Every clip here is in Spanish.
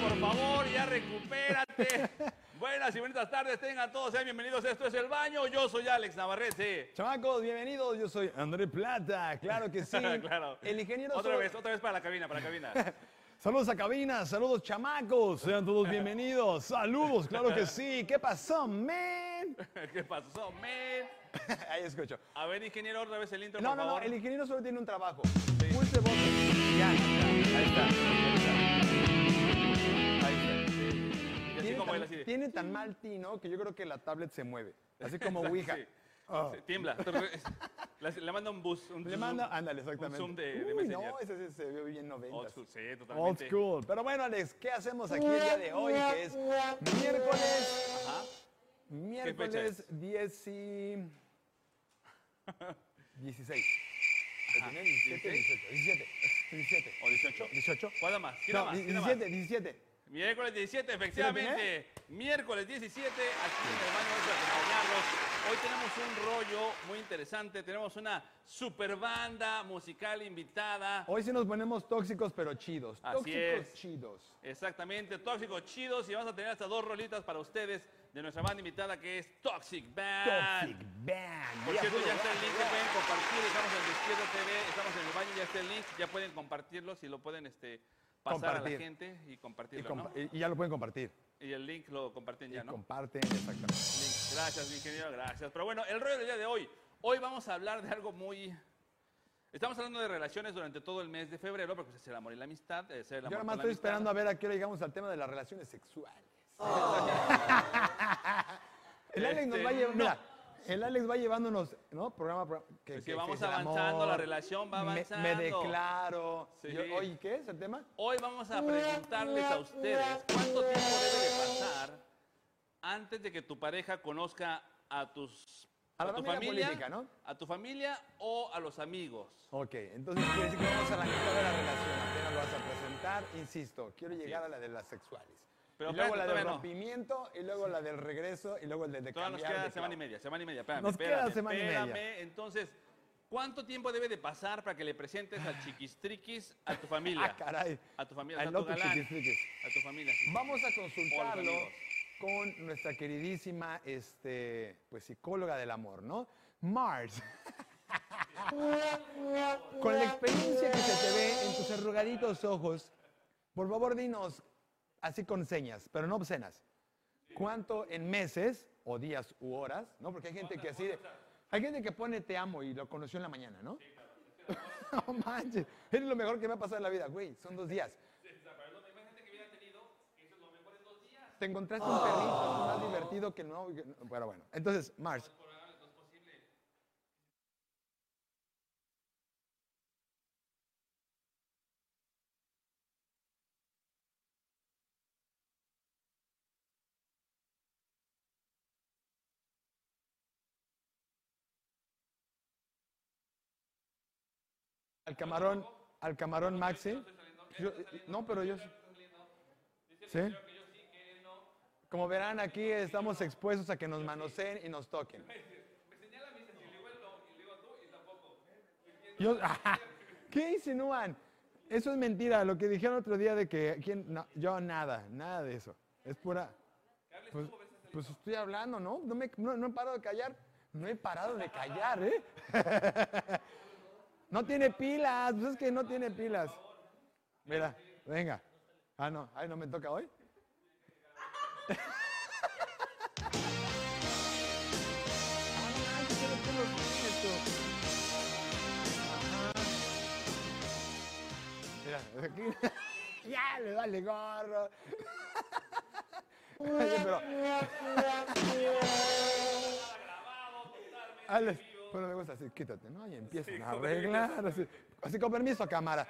por favor, ya recupérate. Buenas y bonitas tardes, tengan todos, sean bienvenidos. Esto es El Baño, yo soy Alex Navarrete. Chamacos, bienvenidos. Yo soy André Plata. Claro que sí. claro. El ingeniero. Otra Sol- vez, otra vez para la cabina, para la cabina. Saludos a cabina, saludos chamacos. Sean todos bienvenidos. Saludos, claro que sí. ¿Qué pasó, man? ¿Qué pasó, men? Ahí escucho. A ver, ingeniero, otra vez el intro, No, por no, no. favor. El ingeniero solo tiene un trabajo. Sí. Pulse voces. Ya. Ahí está, ahí está. Ahí está. sí. Y así Tiene como él, tan, así de- tiene tan mal tino que yo creo que la tablet se mueve. Así como Ouija. Sí. Oh. Sí, tiembla. La- Le manda un bus. Un Le manda, ándale, exactamente. Un zoom de, de Uy, Messenger. no, ese sí se vio bien 90. Old school, sí, Old totalmente. school. Pero bueno, Alex, ¿qué hacemos aquí el día de hoy? Que es miércoles. Ajá. Miércoles 10 y... 16. Lo tenía 17, 18, 17, 17. O 18. 18. ¿Cuál da más? ¿Quién da No, más? ¿Quién da más? 17, 17. Miércoles 17, efectivamente. Miércoles 17, aquí en el baño vamos a acompañarlos. Hoy tenemos un rollo muy interesante. Tenemos una super banda musical invitada. Hoy sí nos ponemos tóxicos, pero chidos. Así tóxicos es. chidos. Exactamente, Tóxicos Chidos. Y vamos a tener hasta dos rolitas para ustedes de nuestra banda invitada que es Toxic Band. Toxic Band. Ah. Por Ya cierto, puro ya está el rock, link que ya. pueden compartir. Estamos en Despierta TV, estamos en el baño, ya está el link. Ya pueden compartirlo si lo pueden este, pasar a Compartir. la gente y Y, compartirlo. ¿no? compa- y- y ya lo pueden compartir. Y el link lo comparten ya, Y ¿no? comparten, exactamente. Link. Gracias, mi ingeniero, gracias. Pero bueno, el rollo del día de hoy. Hoy vamos a hablar de algo muy. Estamos hablando de relaciones durante todo el mes de febrero, porque es el amor y la amistad. Es el amor Yo nada más con estoy la amistad. esperando a ver a qué hora llegamos al tema de las relaciones sexuales. el Alex nos va Oh. Este, llevando. Mira, el Alex va llevándonos, ¿no? Programa, programa. Que, Pues que vamos avanzando, la relación va me- Me, avanzando. declaro. Sí. Yo- oye, ¿qué es el tema? Hoy vamos a preguntarles a ustedes cuánto tiempo debe de pasar antes de que tu pareja conozca a tus A la tu familia familia, política, ¿no? a tu familia o a los amigos. Ok, entonces quiere decir que vamos a la mitad de la relación. Apenas lo vas a presentar, insisto, quiero llegar a la de las sexuales. Pero y luego espérate, la del todavía no. rompimiento, y luego la del regreso, y luego el de Todavía nos cambiar queda de semana y clavo. media, semana y media, espérame, Nos queda espérame, semana y espérame. media. Entonces, ¿cuánto tiempo debe de pasar para que le presentes al chiquistriquis a tu familia? Ah, caray. A tu familia, Al a tu otro galán, chiquistriquis. a tu familia. sí. pues, Vamos a Hola, consultarlo amigos. con nuestra queridísima este, pues, psicóloga del amor, ¿no? Mars. con la experiencia que se te ve en tus arrugaditos ojos, por favor dinos, así con señas, pero no obscenas, ¿cuánto en meses o días u horas? ¿No? Porque hay gente que así de... Hay gente que pone te amo y lo conoció en la mañana, ¿no? no manches, eres lo mejor que me ha pasado en la vida, güey, son dos días. Te encontraste un perrito más divertido que no. que no- Bueno, bueno. Entonces, Mars. Al camarón, al camarón Maxi. Yo- no, pero yo. ¿Sí? Como verán, aquí estamos expuestos a que nos manoseen y nos toquen. Yo- ¿Qué insinúan? Eso es mentira. Lo que dijeron otro día de que. ¿quién? No, yo nada, nada de eso. Es pura. Pues, pues estoy hablando, ¿no? No, me, no, no he parado de callar. No he parado de callar, ¿eh? No tiene pilas, pues es que no tiene pilas. Mira, venga. Ah, no, ay, no me toca hoy. Ah, ¿qué tiene que los tienes tú? Ajá. Mira, aquí. ya, le dale gorro. Oye, pero. Alex, pero le gusta así, quítate, ¿no? Y empiezan a arreglar, así, así con permiso, cámara.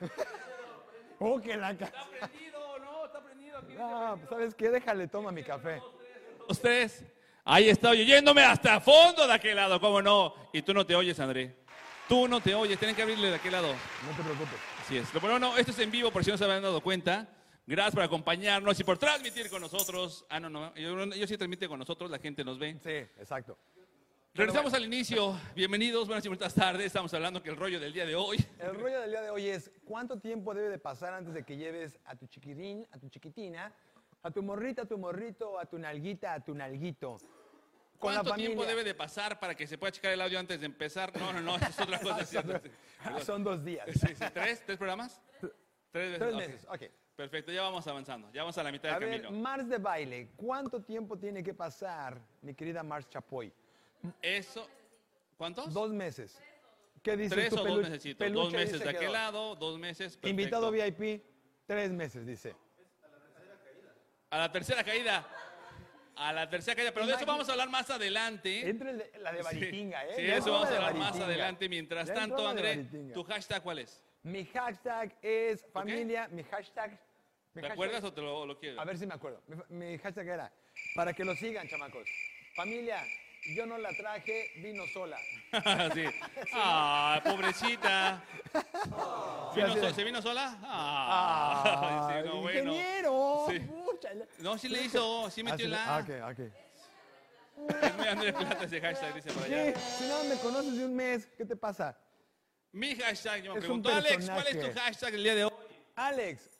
oh, que la Está cara. prendido, ¿no? Está prendido aquí. No, pues, ¿sabes qué? Déjale, toma mi café. Dos, tres. Ahí está oyéndome hasta fondo de aquel lado, ¿cómo no? Y tú no te oyes, André. Tú no te oyes, tienen que abrirle de aquel lado. No te preocupes. Así es. Lo bueno, no, esto es en vivo, por si no se habían dado cuenta. Gracias por acompañarnos y por transmitir con nosotros. Ah, no, no, yo, yo sí transmite con nosotros, la gente nos ve. Sí, exacto. Regresamos al inicio. Bienvenidos, buenas y buenas tardes. Estamos hablando que el rollo del día de hoy. El rollo del día de hoy es cuánto tiempo debe de pasar antes de que lleves a tu chiquitín, a tu chiquitina, a tu morrita, a tu morrito, a tu nalguita, a tu nalguito. Con la ¿Cuánto familia. tiempo debe de pasar para que se pueda checar el audio antes de empezar? No, no, no, eso es otra cosa. ¿cierto? Ah, Son dos días. Sí, sí, ¿Tres? ¿Tres programas? Tres veces. Tres ok. meses. Ok. Perfecto, ya vamos avanzando. Ya vamos a la mitad A del ver, camino. Mars de baile, ¿cuánto tiempo tiene que pasar, mi querida Mars Chapoy? Eso. ¿Cuántos? Dos meses. ¿Qué dice Tres tu o pelu- dos necesito. Dos peluche? meses Dice de que aquel dos. lado, dos meses. perfecto. Invitado VIP, tres meses, dice. A la tercera caída. A la tercera caída. Pero de eso Imagina- vamos a hablar más adelante. Entre el de- la de Baritinga, sí, ¿eh? sí, Ya eso entró vamos la a de hablar más Baritinga. adelante. Mientras Ya entró tanto, la de André, Baritinga. ¿tu hashtag cuál es? Mi hashtag es familia, mi hashtag... mi ¿Te hashtag- acuerdas o te lo, lo quieres? A ver si me acuerdo. Mi, fa- mi hashtag era, para que lo sigan, chamacos. Familia, yo no la traje, vino sola. sí. Ah, pobrecita. Sí, ¿Vino así so- de- ¿Se vino sola? Ah. Ah, sí, no, bueno. ingeniero. Sí. pucha. No, sí le hizo, sí metió Ah, sí, la. ah, Ok, ok. Es muy Andrés Plata ese hashtag, dice por allá. ¿Qué? Si no me conoces de un mes, ¿qué te pasa? Mi hashtag, yo me Es un pregunto, Alex, ¿cuál personaje. es tu hashtag el día de hoy? Alex,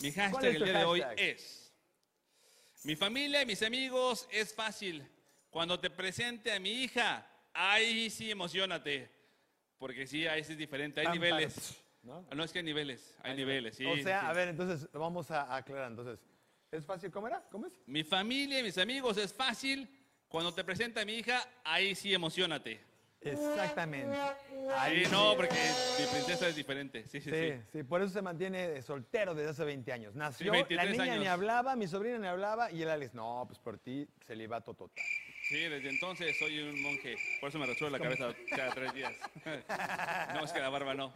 Mi hashtag es el tu día de hoy hashtag? es. Mi familia y mis amigos es fácil. Cuando te presente a mi hija, ahí sí emocionate. Porque sí, ahí sí es diferente. Hay Tan niveles. par- ¿no? Ah, No es que hay niveles, hay niveles. Sí, o sí, sea, sí. a ver, entonces vamos a aclarar. Entonces, ¿es fácil? ¿Cómo era? ¿Cómo es? Mi familia y mis amigos es fácil. Cuando te presenta a mi hija, ahí sí emocionate. Exactamente. Ahí no, porque mi princesa es diferente. Sí, sí, sí. Sí, sí, por eso se mantiene soltero desde hace 20 años. Nació, la 23 niña ni años. hablaba, mi sobrina ni hablaba, y el Alex, no, pues por ti, celibato total. Sí, desde entonces soy un monje. Por eso me resuelve la cabeza cada tres días. No, es que la barba no.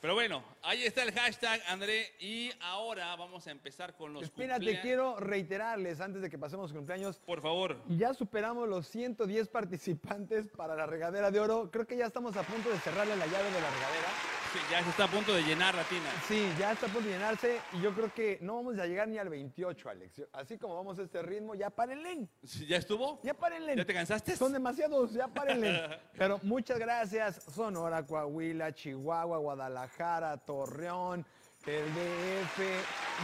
Pero bueno, ahí está el hashtag, André. Y ahora vamos a empezar con los Espérate, cumplea- quiero reiterarles antes de que pasemos los cumpleaños. Por favor. Ya superamos los 110 participantes para la regadera de oro. Creo que ya estamos a punto de cerrarle la llave de la regadera. Sí, ya se está a punto de llenar la tina. Sí, ya está por llenarse y yo creo que no vamos a llegar ni al 28, Alex. Yo- Así como vamos a este ritmo, ya párenle, Sí, ¿Ya estuvo? ya párenle. ¿Ya te cansaste? Son demasiados, ya párenle. Pero muchas gracias, Sonora, Coahuila, Chihuahua, Guadalajara, Torreón, el DF.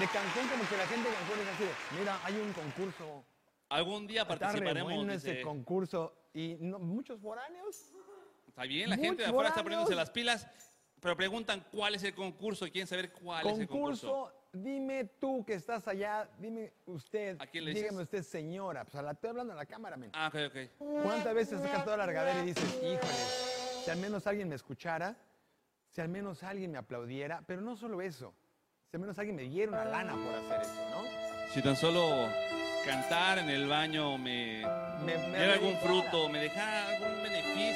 De Cancún, como que la gente de Cancún es así de, mira, hay un concurso. Algún día Está re participaremos. bueno dice. ese concurso. Y no- muchos foráneos. Está bien, la Muy gente de afuera está buenos. poniéndose las pilas, pero preguntan cuál es el concurso y quieren saber cuál es el concurso. concurso, dime tú que estás allá, dime usted, ¿A quién le dígame usted señora, pues a la, estoy hablando a la cámara, men. Ah, ok, ok. ¿Cuántas veces sacas toda la regadera y dices, híjole, si al menos alguien me escuchara, si al menos alguien me aplaudiera, pero no solo eso, si al menos alguien me diera una lana por hacer eso, ¿no? Si tan solo cantar en el baño me, Me, me diera algún realizara. fruto, me dejara algún beneficio.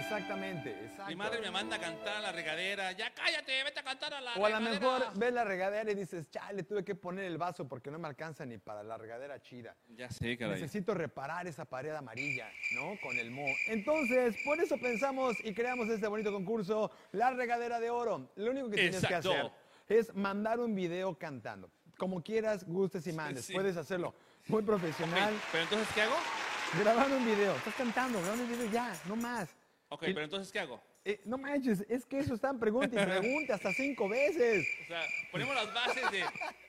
Exactamente, exacto. Mi madre me manda a cantar a la regadera. Ya cállate, vete a cantar a la O a lo regadera. mejor ves la regadera y dices, chale, tuve que poner el vaso porque no me alcanza ni para la regadera chida. Ya sé, caray. Necesito reparar esa pared amarilla, ¿no? Con el mo. Entonces, por eso pensamos y creamos este bonito concurso, la regadera de oro. Lo único que tienes que Exacto. hacer es mandar un video cantando. Como quieras, gustes y mandes. sí. Puedes hacerlo muy profesional. Ok, pero entonces, ¿qué hago? Grabando un video. Estás cantando, grabando un video ya, no más. Ok, Y- pero entonces, ¿qué hago? Eh, no manches, es que eso están pregunta y pregunta hasta cinco veces. O sea, ponemos las bases de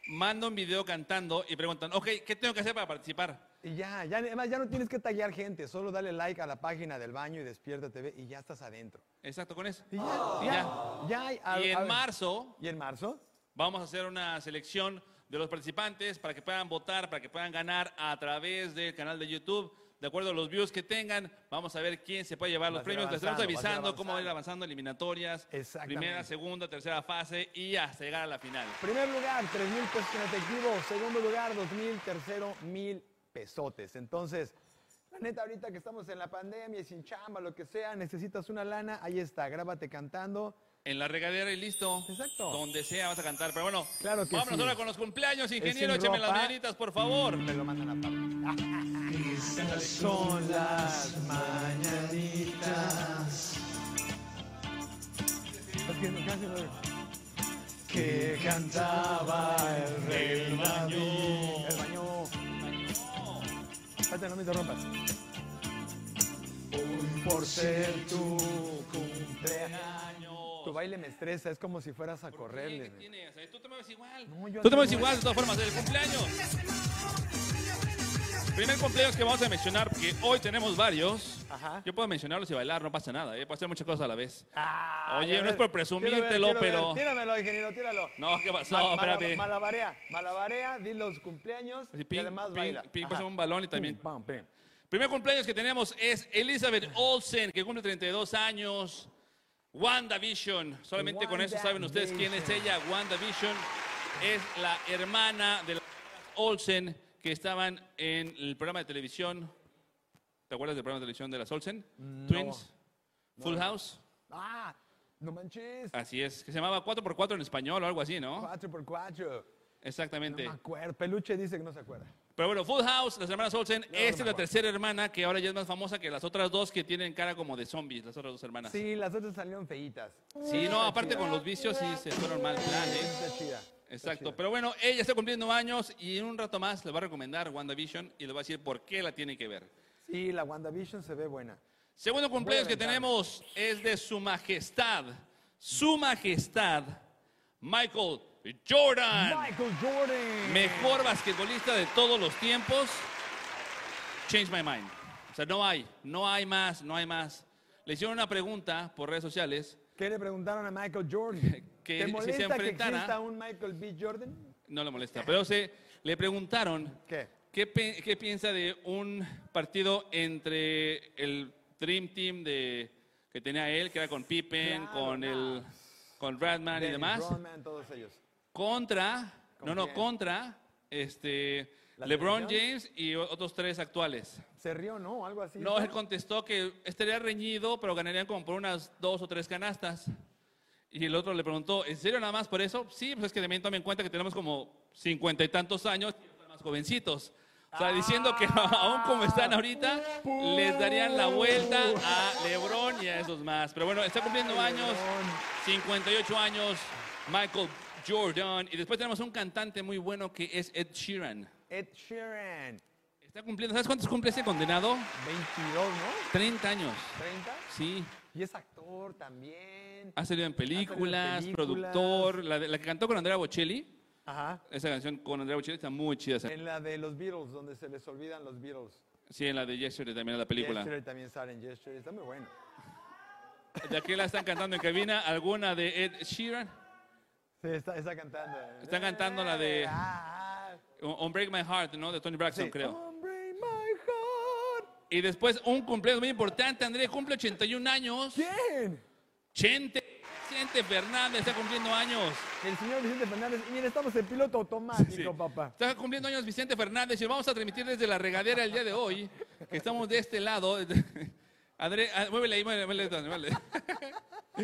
mando un video cantando y preguntan, ok, ¿qué tengo que hacer para participar? Y ya, ya, además ya no tienes que tallar gente, solo dale like a la página del baño y despierta TV y ya estás adentro. Exacto, con eso. Y ya, Y ya, ya hay- a- Ah. Y a en ver. marzo, ¿Y en marzo? Vamos a hacer una selección de los participantes para que puedan votar, para que puedan ganar a través del canal de YouTube. De acuerdo a los views que tengan, vamos a ver quién se puede llevar los Vas a ir premios. Les avanzando, estamos vas a ir avisando cómo va a ir avanzando. avanzando eliminatorias, Exactamente. primera, segunda, tercera fase y hasta llegar a la final. Primer lugar, 3 mil pesos en efectivo. Segundo lugar, 2 mil. Tercero, mil pesotes. Entonces, la neta, ahorita que estamos en la pandemia y sin chamba, lo que sea, necesitas una lana, ahí está, grábate cantando. En la regadera y listo. Exacto. Donde sea vas a cantar. Pero bueno, Claro que vámonos sí. ahora con los cumpleaños, ingeniero. Es sin Échame las ropa. Mm. mañanitas, por favor. Me lo mandan a Estas son las mañanitas. Es que no casi no- Que cantaba el rey El baño. David. El baño. Espérate, no me interrumpas. Una por ser tu cumpleaños. Tu baile me estresa, es como si fueras a ¿Qué correrle. güey. tienes? Tú te mueves igual. eh. No, yo Tú te no mueves me- igual de todas formas. El cumpleaños. Primer cumpleaños que vamos a mencionar, porque hoy tenemos varios. Ajá. Yo puedo mencionarlos y bailar, no pasa nada. ¿eh? Puedo hacer muchas cosas a la vez. Ah, Oye, a no ver, es por presumírtelo, quiero ver, quiero pero- ver. Tíramelo, ingeniero, tíralo. No, ¿qué pasó? Mal- mala- Espérate. Malabarea, malabarea, di los cumpleaños Así, y ping, además ping, baila. ping, Ajá. pasa pues, un balón y también. Pum, pam, pam. Primer cumpleaños que tenemos es Elizabeth Olsen, que cumple 32 años. WandaVision. Solamente con eso saben ustedes quién es ella. WandaVision es la hermana de la Olsen que estaban en el programa de televisión. ¿Te acuerdas del programa de televisión de las Olsen? Twins. Full House. Ah, no manches. Así es. Que se llamaba 4x4 en español o algo así, Ah, ¿no? 4x4. No Exactamente. me acuerdo. Peluche dice que no se acuerda. Pero bueno, Full House, las hermanas Olsen, no me esta es la acuerdo. tercera hermana que ahora ya es más famosa que las otras dos que tienen cara como de zombies, las otras dos hermanas. Sí, Sí, las otras salieron feitas. no, aparte con los vicios sí se fueron mal plan, ¿eh? Está chida. Exacto, pero bueno, ella está cumpliendo años y en un rato más le va a recomendar WandaVision y le va a decir por qué la tiene que ver. Sí, la WandaVision se ve buena. Segundo cumpleaños que aventarme. tenemos es de Su Majestad, Su Majestad, Michael Jordan. Michael Jordan. Mejor basquetbolista de todos los tiempos. Change my mind. O sea, no hay, no hay más, no hay más. Le hicieron una pregunta por redes sociales. ¿Qué le preguntaron a Michael Jordan? Que ¿Te si se ah? molesta enfrentara- que exista un Michael B. Jordan? No le molesta, pero se le preguntaron ¿Qué? qué, pe- qué piensa de un partido entre el Dream Team de, que tenía él, que era con Pippen, Claro, con no. el con Bradman y Dennis Ah, demás, Rodman, todos ellos. contra, ¿Con no, no, quién? contra este, ¿La LeBron selección? James y o- otros tres actuales. ¿Se rió, no? Algo así. No, él contestó que estaría reñido, pero ganarían como por unas dos o tres canastas. Y el otro le preguntó, ¿en serio nada más por eso? Sí, pues es que también tomen en cuenta que tenemos como cincuenta y tantos años y están más jovencitos. O sea, diciendo que aún como están ahorita, les darían la vuelta a Lebron y a esos más. Pero bueno, está cumpliendo años, 58 años, Michael Jordan. Y después tenemos un cantante muy bueno que es Ed Sheeran. Ed Sheeran. Está cumpliendo, ¿sabes cuántos cumple ese condenado? 22, ¿no? 30 años. ¿30? Sí, Y es actor también. ha salido en películas, películas. productor, la, de- la que cantó con Andrea Bocelli, Ajá. esa canción con Andrea Bocelli está muy chida. esa- En la de los Beatles, donde se les olvidan los Beatles. Sí, en la de Yesterday también, en la película. Yesterday también sale en Yesterday. Está muy bueno. De aquí la están cantando en cabina, alguna de Ed Sheeran, Sí, está, está cantando. Está cantando la de- Ah, ah. o- On Break My Heart, ¿no? De Tony Braxton, Sí. creo. Hombre, my heart. Y después un cumpleaños muy importante, Andrea cumple 81 años. ¿Quién? Chente, Chente Fernández está cumpliendo años. El señor Vicente Fernández. Mira, estamos en piloto automático, Sí. papá. Está cumpliendo años Vicente Fernández y vamos a transmitir desde la regadera el día de hoy, que estamos de este lado. André, ah, muévele ahí, muévele, muévele, Tony, muévele.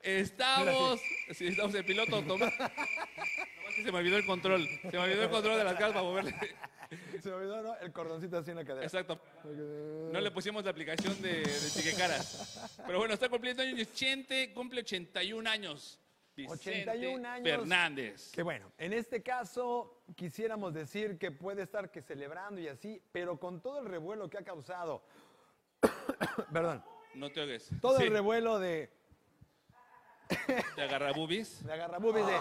Estamos, sí, estamos en piloto automático. Nomás que Se me olvidó el control, se me olvidó el control de las calzas para moverle. Se me olvidó, ¿no? El cordoncito así en la cadera. Exacto. No le pusimos la aplicación de, de Chiquecaras. Pero bueno, está cumpliendo años Chente, cumple 81 años. Vicente 81 años. Fernández. Que bueno, en este caso quisiéramos decir que puede estar que celebrando y así, pero con todo el revuelo que ha causado, perdón, No te oigas. todo Sí, el revuelo de, Te agarra boobies. de agarrabubis de...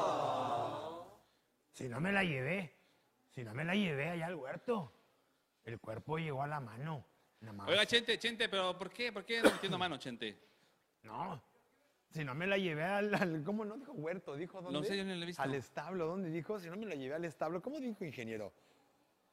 Si no me la llevé, si no me la llevé allá al huerto, el cuerpo llegó a la mano. Nada Ah, más. Oiga, Chente, Chente, pero ¿por qué? ¿Por qué no metiendo mano, Chente? No, si no me la llevé al. al- ¿Cómo no dijo huerto? ¿Dijo dónde? sé, yo no lo he visto. Al establo, ¿dónde dijo? Si no me la llevé al establo, ¿cómo dijo ingeniero?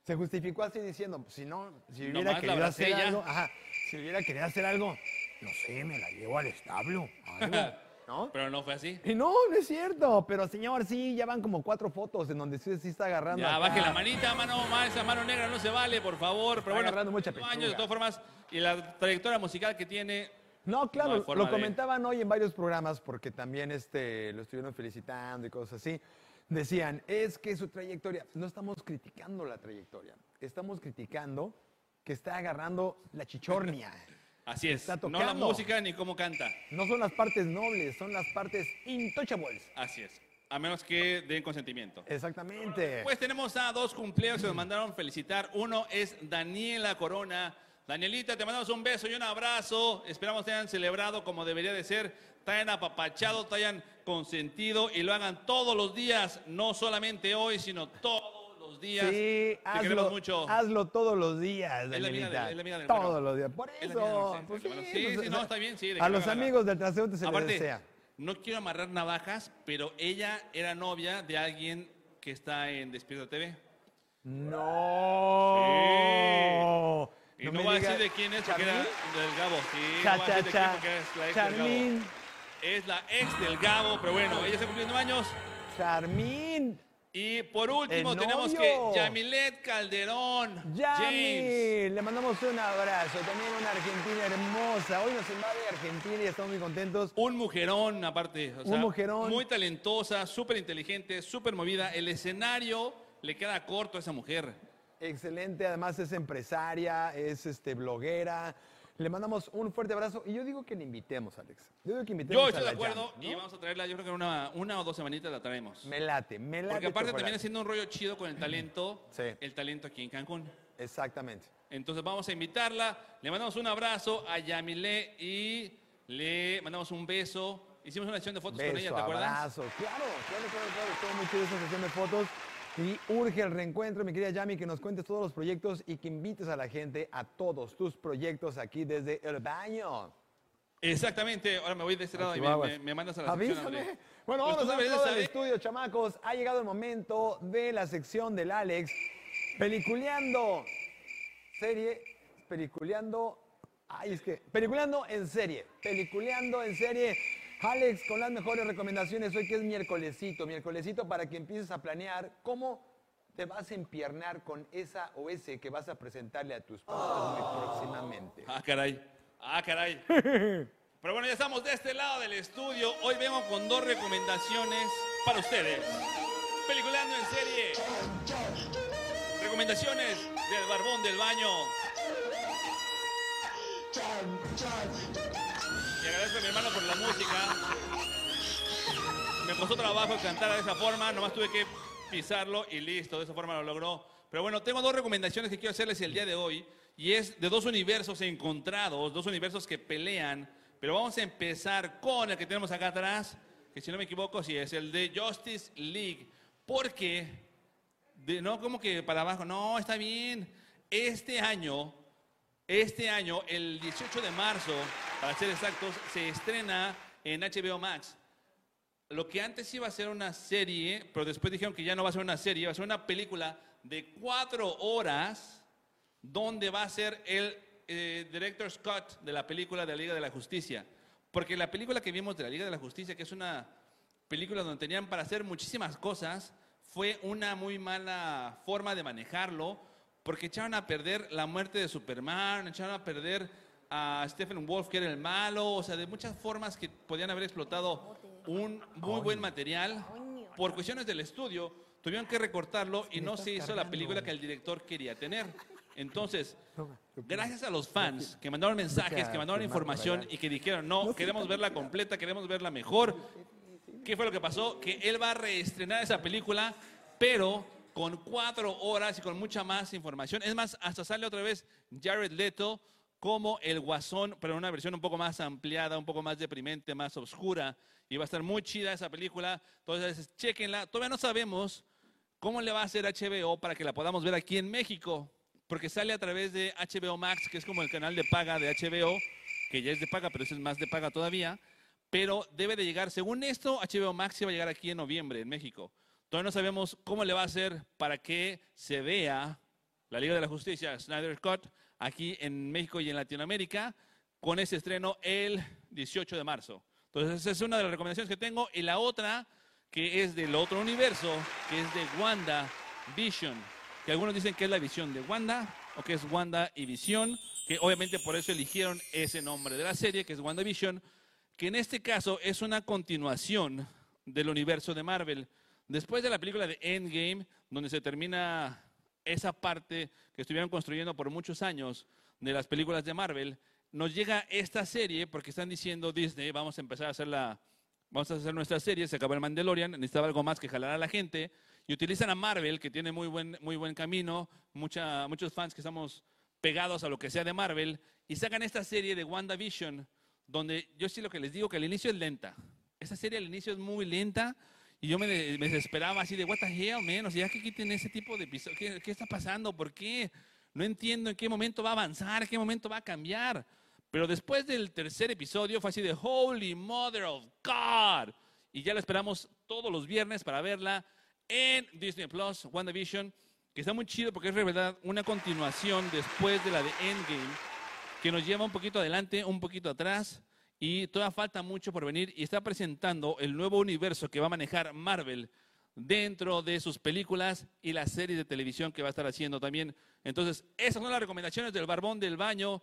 Se justificó así diciendo, pues, si no, si Nomás hubiera la querido abracé hacer ya. algo, ajá, Si hubiera querido hacer algo, no sé, me la llevo al establo. algo. ¿no? Pero no fue así. Y no, no es cierto, pero señor, sí, ya van como cuatro fotos en donde sí, sí está agarrando. Ya, acá. baje la manita, mano, ma- esa mano negra no se vale, por favor. Pero bueno, agarrando mucha años de pechuga. todas formas, y la trayectoria musical que tiene, No, No hay claro, forma lo de- comentaban hoy en varios programas porque también este, lo estuvieron felicitando y cosas así. Decían, es que su trayectoria, no estamos criticando la trayectoria, estamos criticando que está agarrando la chichornia. así es. Está No la tocando. música ni cómo canta, No son las partes nobles, son las partes intouchables. así es. A menos que den consentimiento. Exactamente. Pues tenemos a dos cumpleaños que nos mandaron felicitar. Uno es Daniela Corona, Danielita, te mandamos un beso y un abrazo. Esperamos que hayan celebrado como debería de ser. Te hayan apapachado, te hayan consentido y lo hagan todos los días, no solamente hoy, sino todos los días. Sí, te queremos hazlo, mucho. hazlo todos los días, Es la amiga Danielita. del- es la amiga del todos bueno. los días. Por Es la amiga del eso. centro, pues bueno, sí, pues, sí, no, está bien, sí, de que A lo los haga, lo amigos del transeúnte se les Aparte, desea. no quiero amarrar navajas, pero ella era novia de alguien que está en Despierta TV. No. Y No no, voy me a digas- decir de quién es, porque era ¿Charmín? del Gabo. Sí, Cha, no voy a cha, decir de quién cha. porque es la ex del Gabo. Charmín, Es la ex del Gabo, pero bueno, ella está cumpliendo años. Charmín. Y por último, El tenemos novio. que Yamilet Calderón. James. Yami, le mandamos un abrazo. También una Argentina hermosa. Hoy nos invade Argentina y estamos muy contentos. Un mujerón, aparte. o Un mujerón. Muy talentosa, súper inteligente, súper movida. El escenario le queda corto a esa mujer. Excelente, además es empresaria, es este bloguera. Le mandamos un fuerte abrazo y yo digo que le invitemos, Alex. Yo digo que invitemos Yo a estoy de la acuerdo Yami, y ¿no? vamos a traerla, yo creo que en una, una o dos semanitas la traemos. Me late, me late. Porque aparte chocolate. también haciendo un rollo chido con el talento, Sí. el talento aquí en Cancún. Exactamente. Entonces vamos a invitarla, le mandamos un abrazo a Yamile y le mandamos un beso. Hicimos una sesión de fotos con ella, Beso, ¿te acuerdas? abrazo. Claro, claro, claro, claro. Estuvo muy chida esa sesión de fotos. Y urge el reencuentro, mi querida Yami, que nos cuentes todos los proyectos y que invites a la gente a todos tus proyectos aquí desde el baño. Exactamente, ahora me voy de este lado y me, Chihuahuas. me- me mandas a la sección, Avísame. André. Bueno, Pues tú vamos a deberías todo el saber. estudio, chamacos. Ha llegado el momento de la sección del Alex. Peliculeando. Serie. Peliculeando. Ay, es que. Peliculeando en serie. Peliculeando en serie. Alex, con las mejores recomendaciones hoy que es miércolesito. Miércolesito para que empieces a planear cómo te vas a empiernar con esa o ese que vas a presentarle a tus padres muy próximamente. Ah, caray. Ah, caray. Pero bueno, ya estamos de este lado del estudio. Hoy vengo con dos recomendaciones para ustedes. Peliculando en serie. Recomendaciones del barbón del baño. Y agradezco a mi hermano por la música. Me costó trabajo cantar de esa forma, nomás tuve que pisarlo y listo, de esa forma lo logró. Pero bueno, tengo dos recomendaciones que quiero hacerles el día de hoy y es de dos universos encontrados, dos universos que pelean, pero vamos a empezar con el que tenemos acá atrás, que si no me equivoco, sí es el de Justice League, porque de- no como que para abajo, no, está bien. Este año, este año, el 18 de marzo, para ser exactos, se estrena en HBO Max. Lo que antes iba a ser una serie, pero después dijeron que ya no va a ser una serie, va a ser una película de cuatro horas donde va a ser el eh, director Scott de la película de la Liga de la Justicia. Porque la película que vimos de la Liga de la Justicia, que es una película donde tenían para hacer muchísimas cosas, fue una muy mala forma de manejarlo, porque echaron a perder la muerte de Superman, echaron a perder a Stephen Wolf, que era el malo, o sea, de muchas formas que podían haber explotado un muy buen material. Por cuestiones del estudio, tuvieron que recortarlo y no se hizo la película que el director quería tener. Entonces, gracias a los fans que mandaron mensajes, que mandaron información y que dijeron, no, queremos verla completa, queremos verla mejor. ¿Qué fue lo que pasó? Que él va a reestrenar esa película, pero con cuatro horas y con mucha más información. Es más, hasta sale otra vez Jared Leto como el Guasón, pero en una versión un poco más ampliada, un poco más deprimente, más oscura. Y va a estar muy chida esa película. Entonces, chequenla. Todavía no sabemos ¿Cómo le va a hacer HBO para que la podamos ver aquí en México? Porque sale a través de HBO Max, que es como el canal de paga de HBO, que ya es de paga, pero ese es más de paga todavía. Pero debe de llegar, según esto, HBO Max se va a llegar aquí en noviembre en México. Todavía no sabemos cómo le va a hacer para que se vea la Liga de la Justicia, Snyder Cut, aquí en México y en Latinoamérica, con ese estreno el 18 de marzo. Entonces, esa es una de las recomendaciones que tengo. Y la otra, que es del otro universo, que es de Wanda Vision. Que algunos dicen que es la visión de Wanda, o que es Wanda y Visión, que obviamente por eso eligieron ese nombre de la serie, que es WandaVision, que en este caso es una continuación del universo de Marvel. Después de la película de Endgame, donde se termina esa parte que estuvieron construyendo por muchos años de las películas de Marvel, nos llega esta serie porque están diciendo Disney, vamos a empezar a hacer la, vamos a hacer nuestra serie, se acabó el Mandalorian, necesitaba algo más que jalar a la gente y utilizan a Marvel que tiene muy buen muy buen camino, mucha, muchos fans que estamos pegados a lo que sea de Marvel, y sacan esta serie de WandaVision, donde yo sí lo que les digo, que al inicio es lenta. Esa serie al inicio es muy lenta, y yo me, de- me desesperaba así de, what the hell, man? O sea, ya que quiten ese tipo de episodios, ¿qué, qué está pasando? ¿Por qué? No entiendo en qué momento va a avanzar, en qué momento va a cambiar. Pero después del tercer episodio fue así de, holy mother of God. Y ya la esperamos todos los viernes para verla en Disney Plus, WandaVision, que está muy chido porque es de verdad una continuación después de la de Endgame, que nos lleva un poquito adelante, un poquito atrás, y todavía falta mucho por venir y está presentando el nuevo universo que va a manejar Marvel dentro de sus películas y la serie de televisión que va a estar haciendo también. Entonces, esas son las recomendaciones del Barbón del Baño.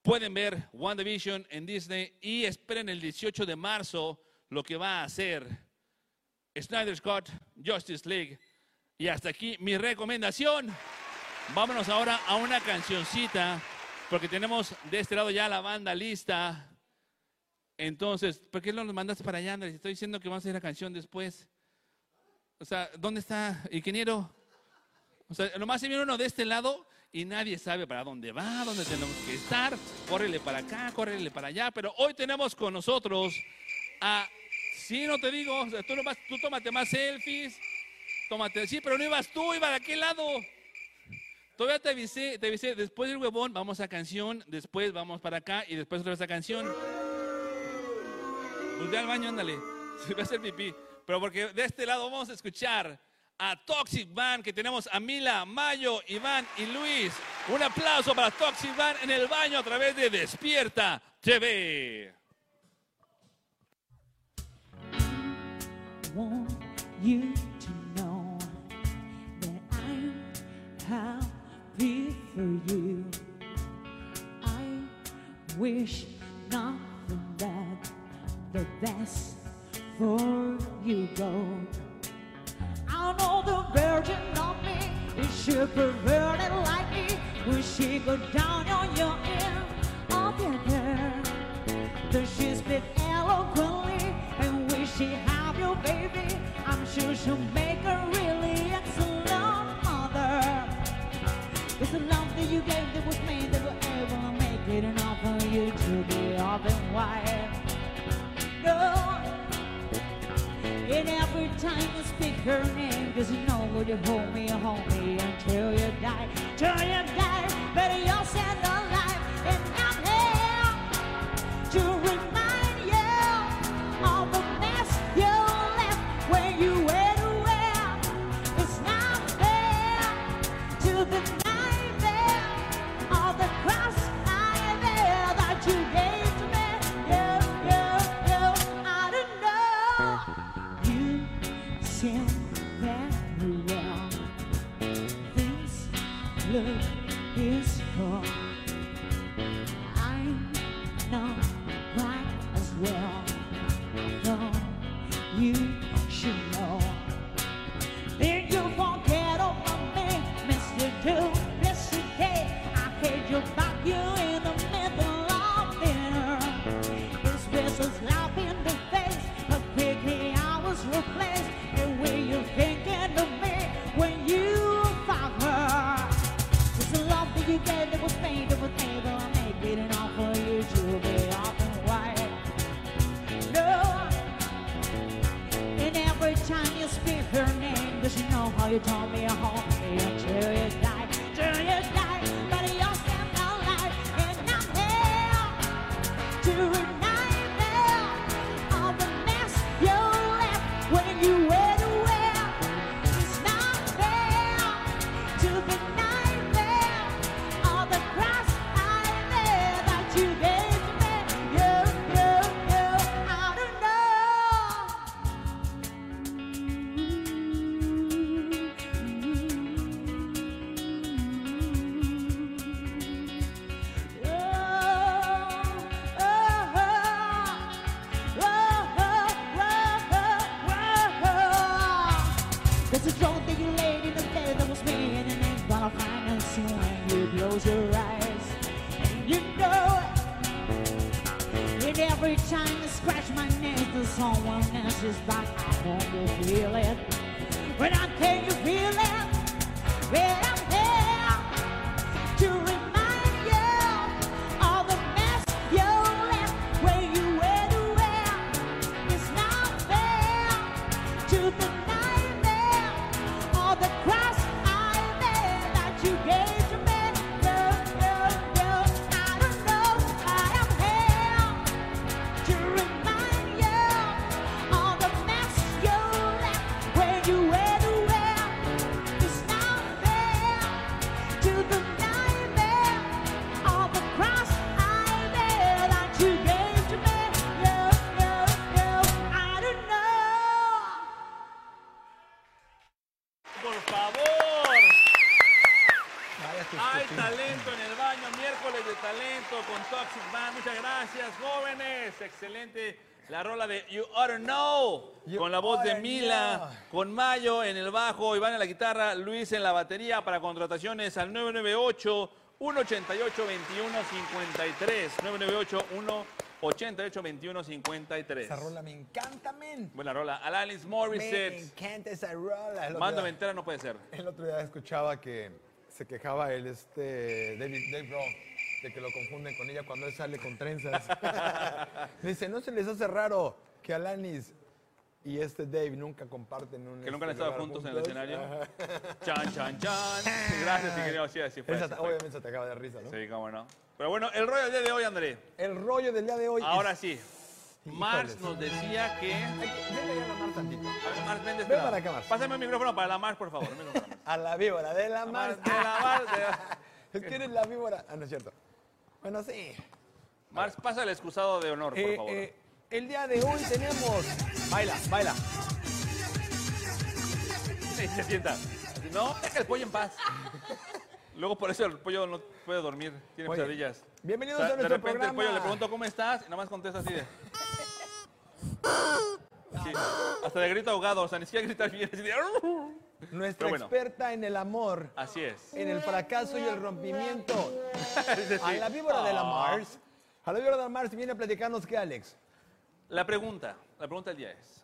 Pueden ver WandaVision en Disney y esperen el 18 de marzo lo que va a hacer Snyder Scott, Justice League. Y hasta aquí mi recomendación. Vámonos ahora a una cancioncita, porque tenemos de este lado ya la banda lista. Entonces, ¿por qué no nos mandaste para allá, Andrés? Estoy diciendo que vamos a hacer la canción después. O sea, ¿dónde está, ingeniero? O sea, nomás se viene uno de este lado y nadie sabe para dónde va, dónde tenemos que estar. Córrele para acá, córrele para allá. Pero hoy tenemos con nosotros a. Sí, no te digo, o sea, tú, nomás, tú tómate más selfies. Tómate, sí, pero no ibas tú, iba de aquel lado. Todavía te avisé, te avisé, después del huevón vamos a canción, después vamos para acá y después otra vez a canción. Pues ve al baño, ándale. Se va a hacer pipí. Pero porque de este lado vamos a escuchar a Toxic Van, que tenemos a Mila, Mayo, Iván y Luis. Un aplauso para Toxic Van en el baño a través de Despierta TV. want you to know that I'm happy for you. I wish nothing but the best for you go. I know the virgin of me is she perverted like me. Will she go down on your end? Up in her. Does she speak eloquently? And will she have you, baby? I'm sure she'll make a really excellent mother. It's the love that you gave that was made that will ever make it enough for you to be up and wired. No, and every time you speak her name, cause you know what you hold me, hold me until you die, till you die. Better you're sad than alive, and I'm here to remind you of the mess you left when you went away. It's not fair to the nightmare of the cross I bear that you gave to me. You, you, you, I don't know. You seem very well. This look is wrong. I know right as well. I know you should know. Then you forget all my name, Mr. Do, Mr. Day. I heard you back you in the middle of dinner. This business slap in the face, but quickly I was replaced. And when you thinking of me when you fuck her? It's the love that you gave that was made of a table I make it an offer you to be off and white No And every time you speak her name Cause you know how you told me you hold me until you die Till you die But you're still alive And I'm here to remind them Of the mess you left when you went away It's not fair to the nightmare of the cross I bear that you gave to me. You, you, you, I don't know. Oh, oh, oh, oh, oh, oh. There's a drone that you laid in the bed that was made and it ain't gonna find us when you close your eyes. And you know it. And every time you scratch my name to someone else's back, I hope you feel it. When I can you feel it? When I'm there to remind you gave to me. Girl, girl, girl, I don't know. I am here to remind you all the mess you left when you went away. It's not fair to the nightmare, all the cross I bear that you gave to me. Girl, girl, girl, I don't know. Por favor. Vaya tus Hay cochinos. talento en el baño, miércoles de talento con Toxic Band. Muchas gracias, jóvenes. Excelente la rola de You Oughta Know, You con la voz de Oughta Mila, con Mayo en el bajo, Iván en la guitarra, Luis en la batería. Para contrataciones al 998 188 2153 998 188 2153 Esa rola me encanta, men. Buena rola. Alanis Me Morissette. encanta esa rola. El otro Mándame día- entera, no puede ser. El otro día escuchaba que se quejaba el este David Dave Grohl de que lo confunden con ella cuando él sale con trenzas. Dice, ¿no se les hace raro que Alanis y este Dave nunca comparten un Que nunca han este, estado lugar juntos en el escenario. Chan, chan, chan. Gracias, ingeniero. Sí, así fue. Esa- así fue. obviamente se te acaba de risa, ¿no? Sí, cómo no. Pero bueno, el rollo del día de hoy, André. El rollo del día de hoy. Ahora sí. Híjoles. Marx nos decía que. Es... Ay, Denle ya la mar tantito. A ver, Marx, vente, Ven espera. para acá, Marx. Pásame el micrófono para la Marx, por favor. el micrófono. A la víbora de la mar. Marx, de la Marx, de la- Es que eres la víbora. Ah, no es cierto. Bueno, sí. Marx, pasa el excusado de honor, por Eh, favor. eh, el día de hoy tenemos... Baila, baila. Sí, se sienta. No, deja el pollo en paz. Luego por eso el pollo no puede dormir, tiene Oye, pesadillas. bienvenidos O sea, a De nuestro repente el pollo programa. le pregunto cómo estás y nada más contesta así de. Sí, hasta de grito ahogado, o sea, ni siquiera gritar bien. Así, de... Nuestra Pero bueno. experta en el amor, así es. en el fracaso y el rompimiento. Es decir, A la víbora de la ah, Mars. A la víbora de la Mars viene a platicarnos que Alex. La pregunta, la pregunta del día es,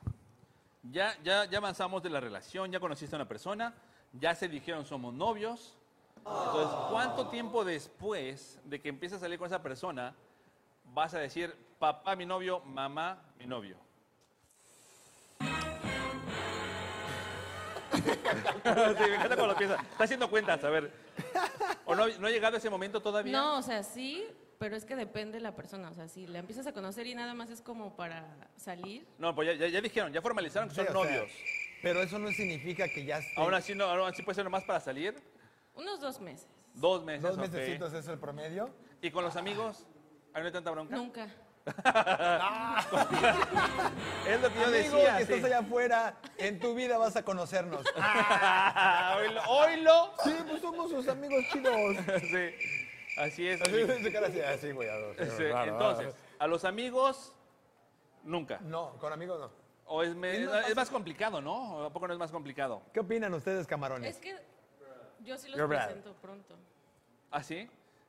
ya, ya, ya avanzamos de la relación, ya conociste a una persona, ya se dijeron somos novios. Entonces, ¿cuánto tiempo después de que empieces a salir con esa persona vas a decir papá mi novio, mamá mi novio? sí, me encanta cuando piensa. Está haciendo cuentas, a ver. ¿O no, no ha llegado ese momento todavía? No, o sea, sí, pero es que depende de la persona. O sea, si la empiezas a conocer y nada más es como para salir. No, pues ya, ya- ya dijeron, ya formalizaron que son Sí, o sea, novios. pero eso no significa que ya esté. Aún así, no, aún así puede ser nomás para salir. Unos dos meses. Dos meses. dos ok. mesecitos es el promedio. ¿Y con los amigos? Ahí no hay tanta bronca. Nunca. Es lo que yo Amigo, decía. que sí. estás allá afuera, en tu vida vas a conocernos. Ah, oílo, oílo. sí, pues somos sus amigos chidos. Sí, Así es. Así, amigo. su cara así, así, güey. a dos, Sí, raro, Entonces, raro. a los amigos, nunca. No, con amigos no. O es, me- Es más es más complicado, ¿no? ¿O ¿A poco no es más complicado? ¿Qué opinan ustedes, camarones? Es que yo sí los You're bad. presento pronto. ¿Ah, sí?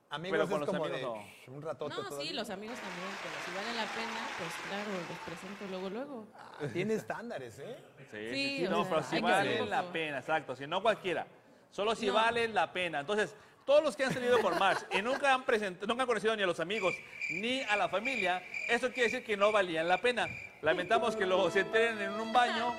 Amigos Pero con es los como amigos de, no. "Shh, un ratote. No, sí, todavía". los amigos también, pero si vale la pena, pues claro, los presento luego, luego. Ah, Tiene estándares, ¿eh? Sí, Sí, o No, sea, pero hay si que vale hacerlo. la pena, exacto. Si no cualquiera. Solo si No. vale la pena. Entonces, todos los que han salido con Marx y nunca han, presentado, nunca han conocido ni a los amigos ni a la familia, eso quiere decir que no valían la pena. Lamentamos que luego se enteren en un baño,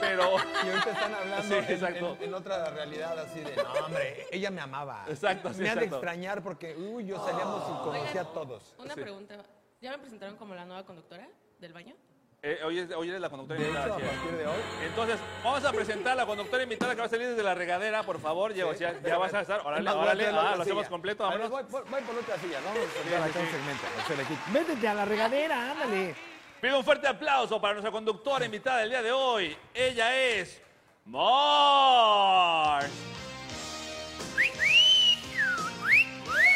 pero... Y ahorita están hablando Sí, en- en, exacto. en otra realidad así de, no, hombre, ella me amaba. Exacto, sí, Me ha de exacto. extrañar porque, uy, yo salíamos y conocía a todos. Una Sí. pregunta. ¿Ya me presentaron como la nueva conductora del baño? Eh, hoy, es- hoy eres la conductora De hecho, a invitada. sí. partir de hoy, Entonces, vamos a presentar a la conductora invitada que va a salir desde la regadera, por favor. Ya, o sea, ya vas a estar. Órale, Más, voy a órale. hacer la Ah, otra lo hacemos silla. completo. A ver, Vámonos. Voy, voy- voy por otra silla, vamos a soltar acá un segmento. o sea, le quito. Métete a la regadera, ándale. Pido un fuerte aplauso para nuestra conductora invitada del día de hoy. Ella es Mars.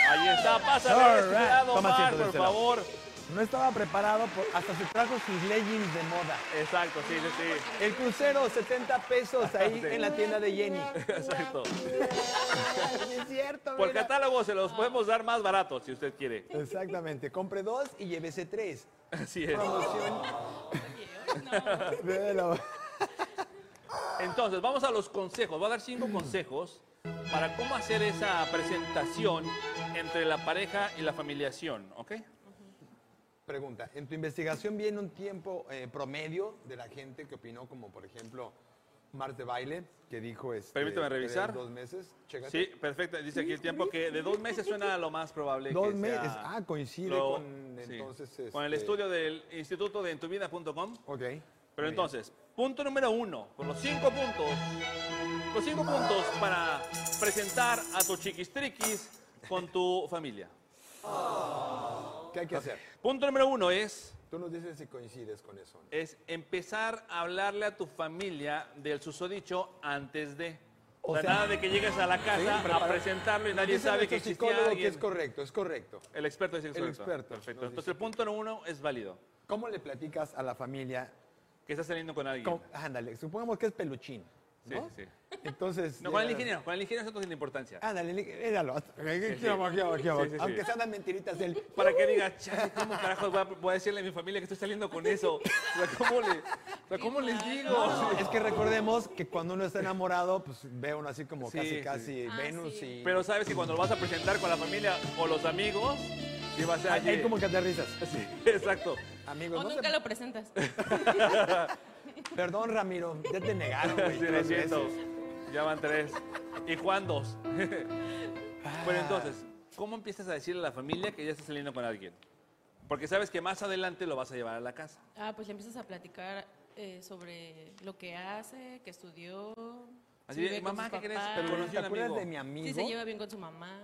Ahí está, pásale All de este right. lado, Toma Mars, asiento de por este lado. favor. No estaba preparado, por- hasta se trajo sus leggings de moda. Exacto, sí, sí, El crucero, 70 pesos ahí Sí. en la tienda de Jenny. sí. Exacto. es cierto, Por mira. catálogo se los podemos dar más baratos si usted quiere. Exactamente, compre dos y llévese tres. Así es. Promoción. Entonces, vamos a los consejos. Voy a dar cinco consejos para cómo hacer esa presentación entre la pareja y la familiación, ¿ok? Pregunta, en tu investigación viene un tiempo eh, promedio de la gente que opinó, como por ejemplo, Marte Baile, que dijo este, Permítame que de revisar. Dos meses, chécate. Sí, perfecto. Dice aquí el tiempo que de dos meses suena a lo más probable. Dos que sea meses. Ah, coincide con, entonces, Con el este- estudio del Instituto de Entuvida.com. Ok. Pero entonces, punto número uno, con los cinco puntos, los cinco puntos para presentar a tu chiquistriquis con tu familia. ¿Qué hay que hacer? Punto número uno es, Tú nos dices si coincides con eso. ¿no? es empezar a hablarle a tu familia del susodicho antes de. O, O sea, sea, nada de que llegues a la Sí, casa a prepara- presentarlo y nadie Dice sabe nuestro que existía psicólogo que alguien. es correcto, es correcto. el experto dice que es El correcto. experto Perfecto. nos Entonces dice. el punto número uno es válido. ¿Cómo le platicas a la familia? Que estás saliendo con alguien. ¿Cómo- Ándale, supongamos que es peluchín. Sí, ¿no? sí, Entonces. No, con el llegan- ingeniero, con el ingeniero eso no tiene importancia. Ándale, le- éralo. sí. Aquí abajo, aquí abajo. Sí, sí, sí. Aunque sean las mentiritas del. Para que diga, chale, ¿cómo carajo voy a, voy a decirle a mi familia que estoy saliendo con eso? O sea, ¿cómo, le- o sea, ¿cómo les digo? Es que recordemos que cuando uno está enamorado, pues ve uno así como Sí, sí. casi, casi Ah, Venus sí. y. Pero sabes que cuando lo vas a presentar con la familia o los amigos, sí va a ser Ahí allí. como que aterrizas. Exacto. Amigos, O no se- nunca lo presentas. Perdón, Ramiro, ya te negaron, güey. Sí, lo tres siento. veces. Ya van tres. Y Juan dos. Pero entonces, ¿cómo empiezas a decirle a la familia que ya estás saliendo con alguien? Porque sabes que más adelante lo vas a llevar a la casa. Ah, pues le empiezas a platicar eh, sobre lo que hace, que estudió. si Así de, vive con "Mamá, sus ¿qué crees? papás, Pero Pero conocí ¿Te a un acuerdas amigo. de mi amigo? Si se lleva bien con su mamá.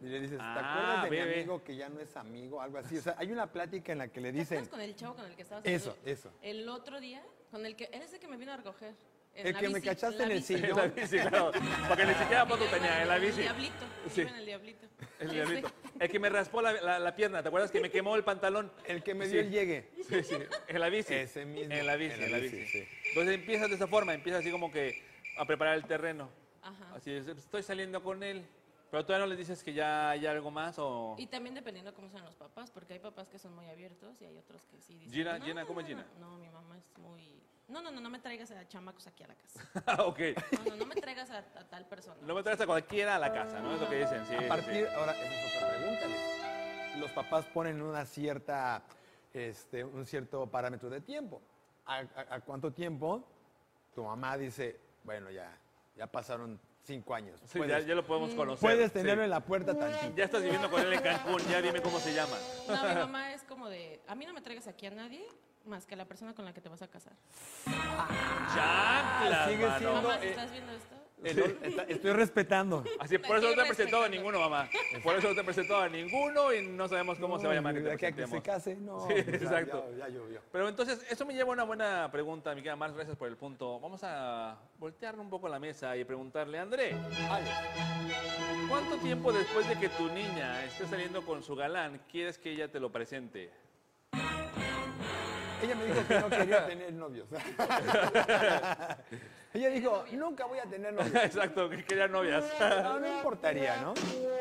Y le dices, ¿te Ah, acuerdas de mi bebé. amigo que ya no es amigo? Algo así. O sea, hay una plática en la que le ¿Te acuerdas dicen. con el chavo con el que estabas Eso, hablando eso. El otro día, con el que, eres el que me vino a recoger. en El la que me bici, cachaste la en el bici. sillón. En la bici, claro. Porque ni siquiera foto tenía en la bici. El diablito, Sí. iba en el diablito. El Ese. diablito. El que me raspó la, la- la pierna, ¿te acuerdas que me quemó el pantalón? El que me Sí. dio el llegue. Sí, sí, en la bici. Ese mismo. En la bici, en la bici. Entonces empiezas de esa forma, empiezas así como que a preparar el terreno. Ajá. Así es, estoy saliendo con él. Pero todavía no les dices que ya hay algo más o... Y también dependiendo cómo sean los papás, porque hay papás que son muy abiertos y hay otros que sí dicen. Gina, "No, Gina, no, ¿cómo no, es Gina? No, no, mi mamá es muy. No, no, no, no me traigas a chamacos aquí a la casa. Ah, ok. No, no, no me traigas a, a tal persona. No me traes a cualquiera a la casa, ¿no? Es lo que dicen, sí. sí, A sí. partir, ahora, esa es otra pregunta. Alex. Los papás ponen una cierta, este, un cierto parámetro de tiempo. ¿A, a- a cuánto tiempo tu mamá dice, bueno, ya, ya pasaron cinco años? Sí, ya, puedes, ya lo podemos conocer. puedes sí. tenerlo en la puerta tantito. Ya estás viviendo con él en Cancún, ya dime cómo se llama. No, mi mamá es como de. A mí no me traigas aquí a nadie más que a la persona con la que te vas a casar. Chanclas, Sigue mano. siendo- No, Mamá, si eh, ¿estás viendo esto? El- está- estoy respetando. Así, Me por eso no te estoy he presentado a respetando. ninguno, mamá. Por eso no te he presentado a ninguno y no sabemos cómo se va a llamar que te De aquí a que presentemos. se case, no. Sí, pues ya- exacto. Ya, ya llovió. Pero entonces, eso me lleva a una buena pregunta, mi querida Mars. Gracias por el punto. Vamos a voltear un poco la mesa y preguntarle, André, Alex, ¿cuánto tiempo después de que tu niña esté saliendo con su galán quieres que ella te lo presente? ella me dijo que no quería tener novios. ella dijo, nunca voy a tener novios. Exacto, que quería novias. No, no importaría, ¿no?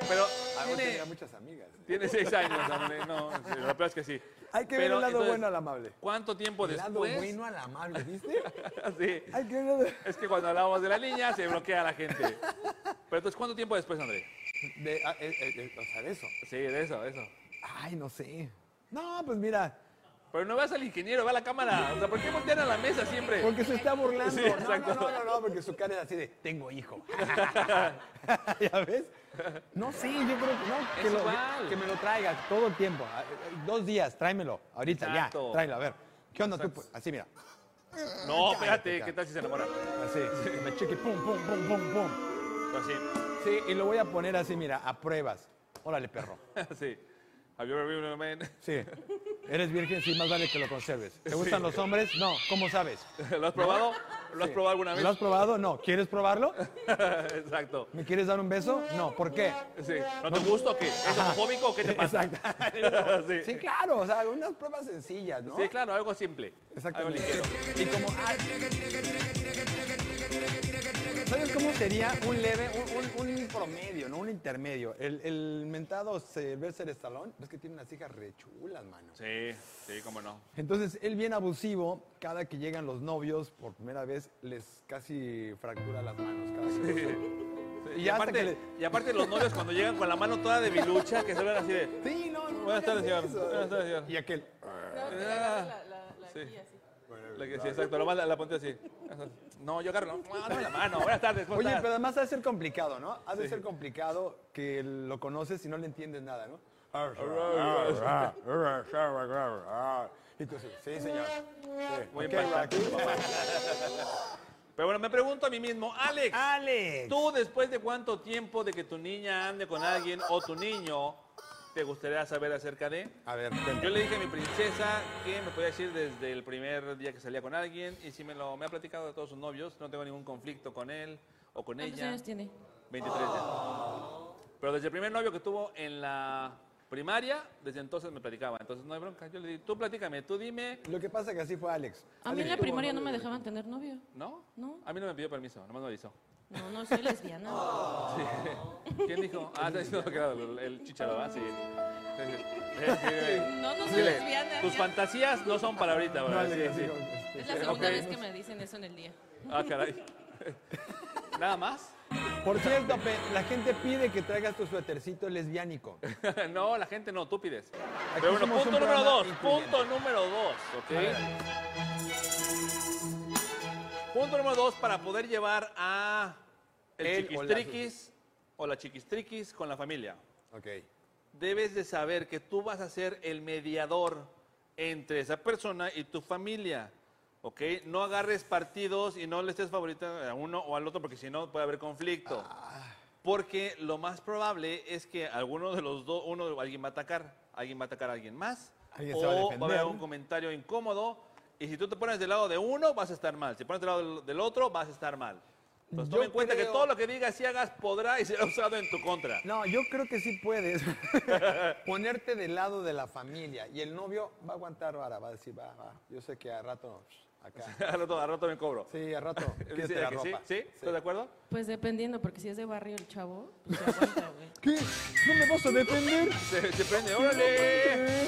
Pero A vos tiene, Ah, tenía muchas amigas. eh. tiene seis años, André. No, sí, lo peor es que sí. Hay que ver Pero, el lado entonces, bueno al amable. ¿Cuánto tiempo El después? lado bueno al amable, ¿viste? Sí. Hay que ver. Es que cuando hablamos de la niña se bloquea la gente. Pero entonces, ¿cuánto tiempo después, André? De, ah, eh, eh, eh, o sea, de eso. Sí, de eso, de eso. Ay, no sé. No, pues mira, Pero no vas al ingeniero, va a la cámara. O sea, ¿por qué voltean a la mesa siempre? porque se está burlando. Sí, No, no, exacto. no, no, no, porque su cara es así de, tengo hijo. ¿Ya ves? No, sí, yo creo que no. Que, Es lo- igual. que me lo traiga todo el tiempo. Ah, eh, eh, Dos días, tráemelo. Ahorita, Exacto. ya, tráelo, a ver. ¿Qué onda tú? pues? Así, mira. No, Cállate, espérate, ¿qué cállate. tal si se enamora? Así. Me cheque, pum, pum, pum, pum, pum. Así, Sí, y lo voy a poner así, mira, a pruebas. Órale, perro. así. Have you ever been with a man? Sí. Eres virgen, sí, más vale que lo conserves. ¿Te gustan los hombres? No. ¿Cómo sabes? ¿Lo has probado? ¿Lo has probado alguna vez? ¿Lo has probado? No. ¿Quieres probarlo? Exacto. ¿Me quieres dar un beso? No. ¿Por qué? Sí. ¿No te gusta o qué? ¿Es homofóbico o qué te pasa? Exacto. sí. Sí, claro. O sea, unas pruebas sencillas, ¿no? Sí, claro, algo simple. Exactamente. Algo ligero. Y como... ay. ¿Sabes cómo sería un leve, un, un- un promedio, no un intermedio? El, el mentado Sylvester Stallone, es que tiene unas hijas rechulas, mano. Sí, sí, cómo no. Entonces, él bien abusivo, cada que llegan los novios por primera vez, les casi fractura las manos. Cada que los ve. Y, Y ya hasta aparte, que y aparte los novios cuando llegan con la mano toda debilucha, que se ven así de... Sí, no, no. Buenas no tardes, hagas señor. eso. Buenas tardes, señor. Y aquel. No, que le agarra la, la, la Sí. guía, sí. La que sí, exacto. Nomás la, la ponte así. No, yo agarro. No, dame la mano. Buenas tardes, ¿cómo Oye, estás? pero además ha de ser complicado, ¿no? Ha de ser complicado que lo conoces y no le entiendes nada, ¿no? Y tú sí, sí, señor. Sí. Muy Ok, impactante. aquí, papá. Pero bueno, me pregunto a mí mismo, Alex, Alex. ¿tú después de cuánto tiempo de que tu niña ande con alguien o tu niño, te gustaría saber acerca de? A ver, cuéntame. Yo le dije a mi princesa que me podía decir desde el primer día que salía con alguien y si me lo me ha platicado de todos sus novios, no tengo ningún conflicto con él o con ¿Cuántos ella. años tiene? 23 ya. Pero desde el primer novio que tuvo en la primaria, desde entonces me platicaba. Entonces no hay bronca. Yo le dije, tú platícame, tú dime. Lo que pasa es que así fue Alex. A mí en la Alex, primaria no me dejaban tener novio. ¿No? No. A mí no me pidió permiso, nomás me avisó. No, no soy lesbiana. ¿Quién dijo? Ah, no, no, claro, el, el chicharo, ah, sí. Sí, sí. Sí, sí. No, no soy Dile, lesbiana. Tus ya. fantasías no son para ahorita, no, ¿verdad? Alex, Sí, sí. digo, este, Es la segunda Ok. vez que me dicen eso en el día. Ah, caray. ¿Nada más? Por cierto, pe- la gente pide que traigas tu suétercito lesbiánico. no, la gente no, tú pides. Pero bueno, somos punto un número programa dos, incluyente. punto número dos, ¿ok? Punto número dos para poder llevar a el Él o la chiquistriquis o la chiquistriquis con la familia. Ok. Debes de saber que tú vas a ser el mediador entre esa persona y tu familia, ¿ok? No agarres partidos y no le estés favorita a uno o al otro porque si no puede haber conflicto. Ah. Porque lo más probable es que alguno de los dos, uno, alguien va a atacar, alguien va a atacar a alguien más, Alguien o se va a va a haber defender. un comentario incómodo. Y si tú te pones del lado de uno, vas a estar mal. Si te pones del lado del- del otro, vas a estar mal. Entonces, Yo toma en cuenta que creo- todo lo que digas y hagas podrá y será usado en tu contra. No, yo creo que sí puedes ponerte del lado de la familia y el novio va a aguantar vara, va a decir, va, va, yo sé que a rato, acá. al, rato, al rato me cobro. Sí, a rato, Sí, quítate la que sí, ropa. ¿Sí? ¿Estás de acuerdo? Pues dependiendo, porque si es de barrio el chavo, pues se aguanta, güey. ¿Qué? ¿No me vas a defender? Se, se prende, órale. Eh,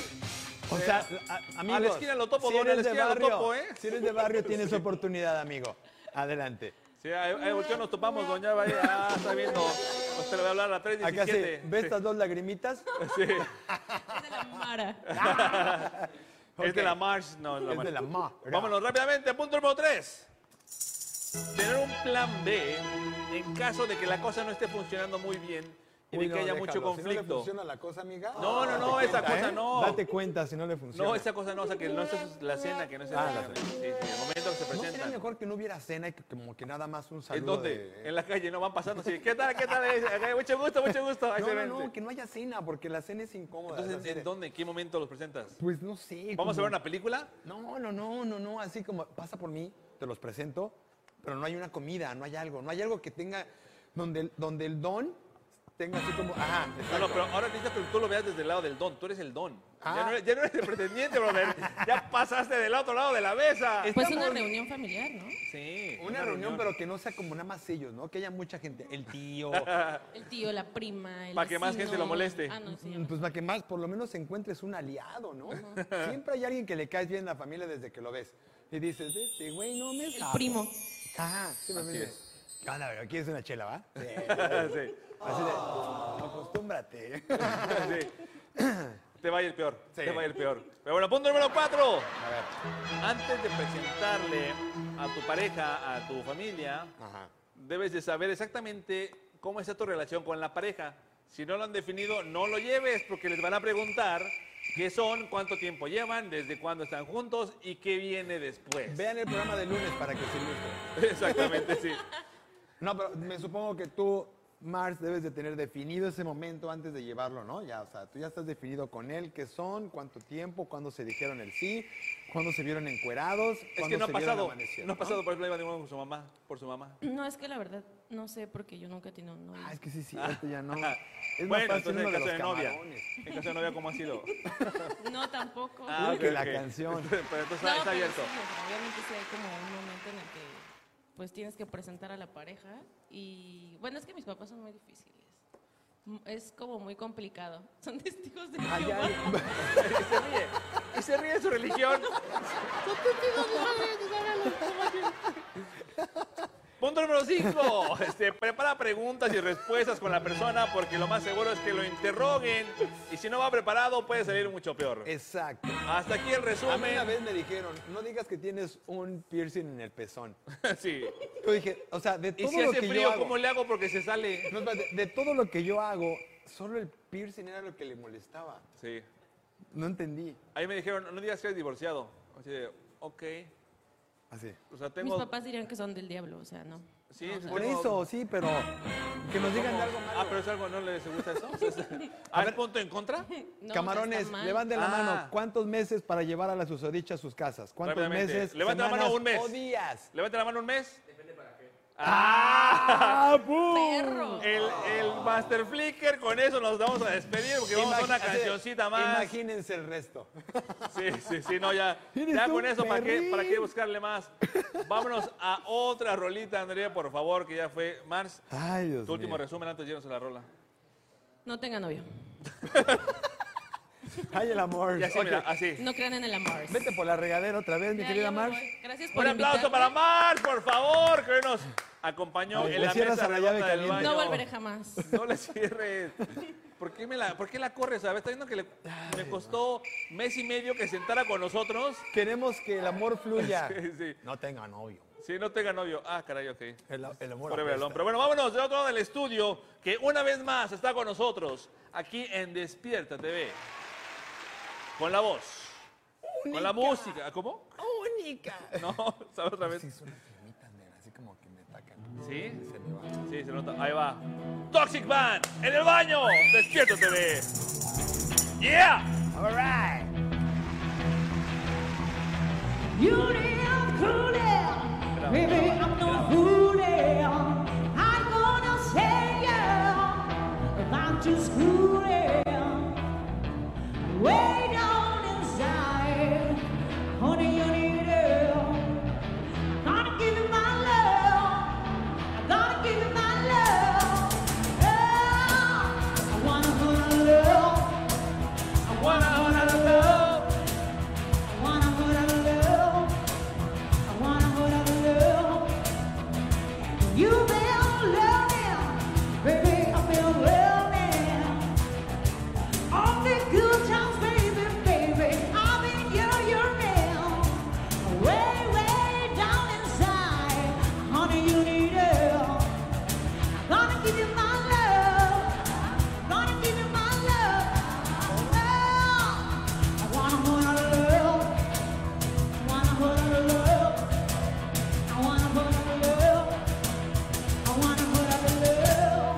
O sea, a, amigos, a la esquina lo topo, si don, a la eres de esquina lo barrio, topo, ¿eh? Si eres de barrio, tienes oportunidad, amigo. Adelante. Sí, ahí, ahí volteó, nos topamos, doña Vaya. Ah, está viendo. Usted le va a hablar a Acá sí, 317. ¿ves estas dos lagrimitas? Es de la Mara. Es de Ok. la March, no, es de la Es March. de la ma. Vámonos rápidamente, punto número 3. Tener un plan B en caso de que la cosa no esté funcionando muy bien y Uy, de que no, haya déjalo. mucho Si no le conflicto. funciona la cosa, amiga. No, no, date no, esa cuenta, cosa ¿eh? no. Date cuenta si no le funciona. no, esa cosa no, o sea, que no esté la cena, que no esté Ah, la la cena. Sí, sí, el momento que se ¿No sería presentan. mejor que no hubiera cena y que como que nada más un saludo ¿En dónde? de- En la calle, no van pasando así. ¿Qué tal? ¿Qué tal? Ahí dice, "Acá, Mucho gusto, mucho gusto. No, no, Excelente. no, que no haya cena porque la cena es incómoda. Entonces, así ¿en de- dónde? ¿En qué momento los presentas? Pues no sé. ¿Vamos a ver como- una película? No, no, no, no, no, así como pasa por mí, te los presento, pero no hay una comida, no hay algo, no hay algo que tenga donde el, donde el don tenga así como, ajá, No, no, exacto. pero ahora necesitas que tú lo veas desde el lado del don. Tú eres el don. Ya, Ah. no eres, ya no eres el pretendiente, brother. Ya pasaste del otro lado de la mesa. Pues una reunión familiar, ¿no? Sí. una reunión, pero que no sea como nada más ellos, ¿no? Que haya mucha gente, el tío, El tío, la prima, el Pa' que más vecino. gente lo moleste. Ah, no, sí. ya Mm, no. Pues para que más, por lo menos encuentres un aliado, ¿no? Siempre hay alguien que le caes bien a la familia desde que lo ves. Y dices, este güey no me El sabe". primo. Ajá, siempre Ah, me Así dice, ¿qué onda, bro? ¿Quieres una chela, va? Sí. sí, Así de, acostúmbrate. sí. Te va a ir peor. Te va a ir peor. Pero bueno, punto número cuatro. A ver, Antes de presentarle a tu pareja, a tu familia, ajá. debes de saber exactamente cómo está tu relación con la pareja. Si no lo han definido, no lo lleves porque les van a preguntar qué son, cuánto tiempo llevan, desde cuándo están juntos y qué viene después. Vean el programa de lunes para que se ilustre. Exactamente, sí. No, pero me supongo que tú, Mars, debes de tener definido ese momento antes de llevarlo, ¿no? Ya, o sea, tú ya estás definido con él, qué son, cuánto tiempo, cuándo se dijeron el sí, cuándo se vieron encuerados, Es que cuándo no ha se vieron pasado, amaneciendo, no ha pasado por el problema de uno con su mamá, por su mamá. No, es que la verdad, no sé, porque yo nunca he tenido un novio. Ah, es que sí, sí, esto ya no. Ah, Es más bueno, fácil entonces en uno de caso de, los novia. camarones. En caso de novia, ¿cómo ha sido? No, tampoco. Ah, Uy, ok, que la ok. canción. Pero entonces No, está, está pero abierto. sí, o sea, obviamente sí hay como un momento en el que pues tienes que presentar a la pareja y bueno, es que mis papás son muy difíciles. M- Es como muy complicado. Son testigos de Ah, ya, Jehová. Y se ríe. Y se ríe de su religión. Punto número 5. Este, prepara preguntas y respuestas con la persona porque lo más seguro es que lo interroguen y si no va preparado puede salir mucho peor. Exacto. Hasta aquí el A mí una resumen. vez me dijeron, no digas que tienes un piercing en el pezón. Sí. Yo dije, o sea, de Y todo si lo hace que yo frío, hago, ¿cómo le hago? Porque se sale. No, espérate, de todo lo que yo hago, solo el piercing era lo que le molestaba. Sí. No entendí. Ahí me dijeron, no digas que eres divorciado. Así de, ok. Así. O sea, Mis tengo... papás dirían que son del diablo, o sea, no. Sí, No, o sea, Por Bueno, eso, sí, pero que nos digan de algo malo. Ah, pero es algo, ¿no les gusta eso? ¿Hay punto en contra? no, o sea, Camarones, está mal. levanten la Ah. mano. ¿Cuántos meses para llevar a las susodichas a sus casas? ¿Cuántos Rápidamente. meses? Levanta la mano semanas un mes. O días. Levanta la mano un mes. Perro. El, el Master Flicker, con eso nos vamos a despedir porque vamos a Imag- una así de- cancioncita más. Imagínense el resto. Sí, sí, sí, no, ya. Eres Ya un con eso, ¿para qué, perrín. ¿para qué buscarle más? Vámonos a otra rolita, Andrea, por favor, que ya fue. Mars, Ay, Dios tu último mío. resumen antes de irnos a la rola. No tenga novio. Ay, el amor. Y así, Ok, mira, así. No crean en el amor. Vete por la regadera otra vez, mi Ya, querida ya me Mars. voy. Gracias por Un aplauso invitarme. para Mars, por favor, que hoy nos acompañó Ay, en le la cierras mesa a la llave redonda del caliente. baño. No volveré jamás. No le cierres. ¿Por qué, me la, ¿Por qué la corres? ¿Sabes? Está viendo que le, me costó mes y medio que sentara con nosotros. Queremos que el amor fluya. Sí, sí. No tenga novio. Sí, no tenga novio. Ah, caray, ok. El, el amor Forever apesta. Alone. Pero bueno, vámonos del otro lado del estudio, que una vez más está con nosotros aquí en Despierta TV. Con la voz. Con la música. ¿Ah, ¿Cómo? Única. No, ¿sabes otra vez? Sí, son las cremitas, nena, así como que me atacan. ¿Sí? Se me va. Sí, se nota. Ahí va. Toxic Man, en el baño. Despierta TV. Yeah. All right. You damn cool damn. Baby, I'm no fool damn. I'm gonna say yeah. If I'm too screwed damn. Way down inside. Honey, you need help. I gotta give you my love. I gotta give you my love. Yeah. I wanna hold love. I wanna hold love. I wanna hold out of love. I wanna hold out of love. You feel loving, baby. I feel loving. All the good times, baby, baby. I've been your, your man. Way, way down inside, honey, you need help. I'm gonna give you my love. I'm gonna give you my love. Oh, I wanna hold out of love. I wanna hold out of love. I wanna hold out of love. I wanna hold out of love.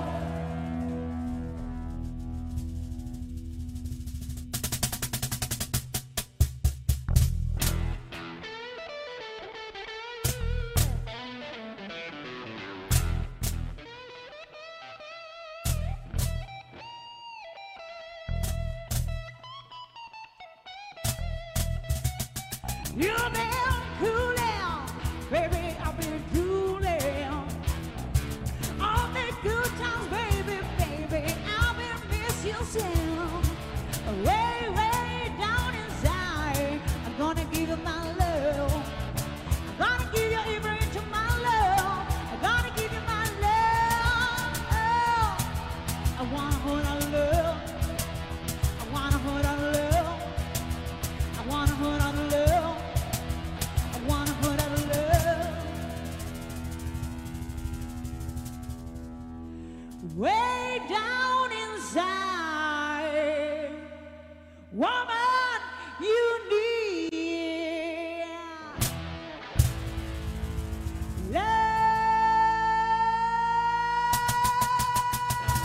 You been cooling, baby. I've been drooling. All the good times, baby, baby. I've been miss you soon. Way, way down inside, I'm gonna give you my love. I'm gonna give you every inch of my love. I'm gonna give you my love. Oh, I wanna hold on love. I wanna hold on love. I wanna hold on to love. I wanna hold on to love. Way down inside, woman, you need love.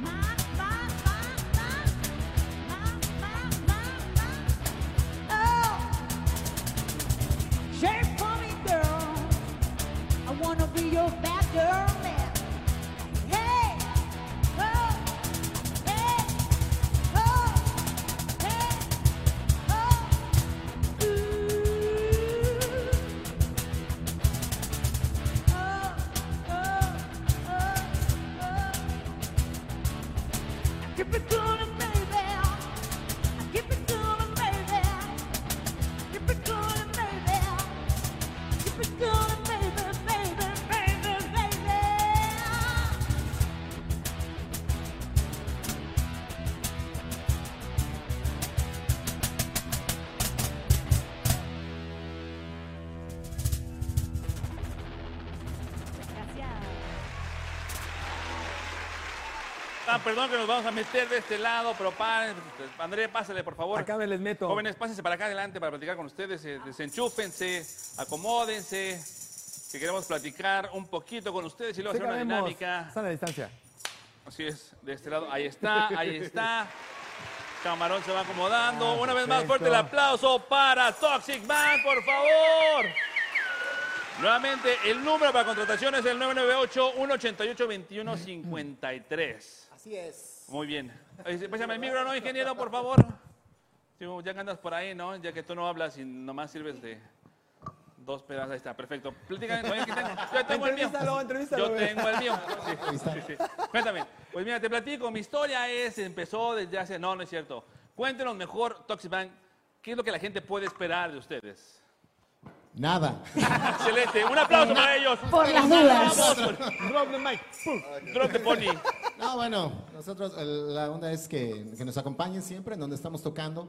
Ma, ma, ma, ma, ma, ma, ma, ma. Oh, shape for me, girl. I wanna be your bad girl, man. Hey, oh, hey, oh, hey, oh, ooh, oh, oh, oh, oh. Keep it going, baby. Keep it going, baby. Keep it going, baby. Ah, perdón que nos vamos a meter de este lado, pero paren. André, pásale, por favor. Acá me les meto. Jóvenes, pásense para acá adelante para platicar con ustedes. eh, Desenchúfense, acomódense. Que queremos platicar un poquito con ustedes y luego Sí, hacer una cabemos. dinámica. Están a distancia. Así es, de este lado. Ahí está, ahí está. Camarón se va acomodando. Una vez más, fuerte el aplauso para Toxic Man, por favor. Nuevamente, el número para contratación es el 998-188-2153. Así es. Muy bien. Oye, sí, Pásame el micro, ¿no, ingeniero, por favor? Sí, ya que andas por ahí, ¿no? Ya que tú no hablas y nomás sirves de dos pedazos. Ahí está, perfecto. Platícame con él, que tengo- Yo tengo el mío. Entrevístalo, entrevístalo, Yo güey. tengo el mío. Sí, sí, sí. Cuéntame. Pues mira, te platico. Mi historia es, empezó desde hace... No, no es cierto. Cuéntenos mejor, Toxic Bank, ¿qué es lo que la gente puede esperar de ustedes? Nada. Excelente. Un aplauso para ellos. Por las dudas. Vamos. Drop the mic. Pum. Drop the pony. No, bueno, nosotros eh, la onda es que, que nos acompañen siempre en donde estamos tocando.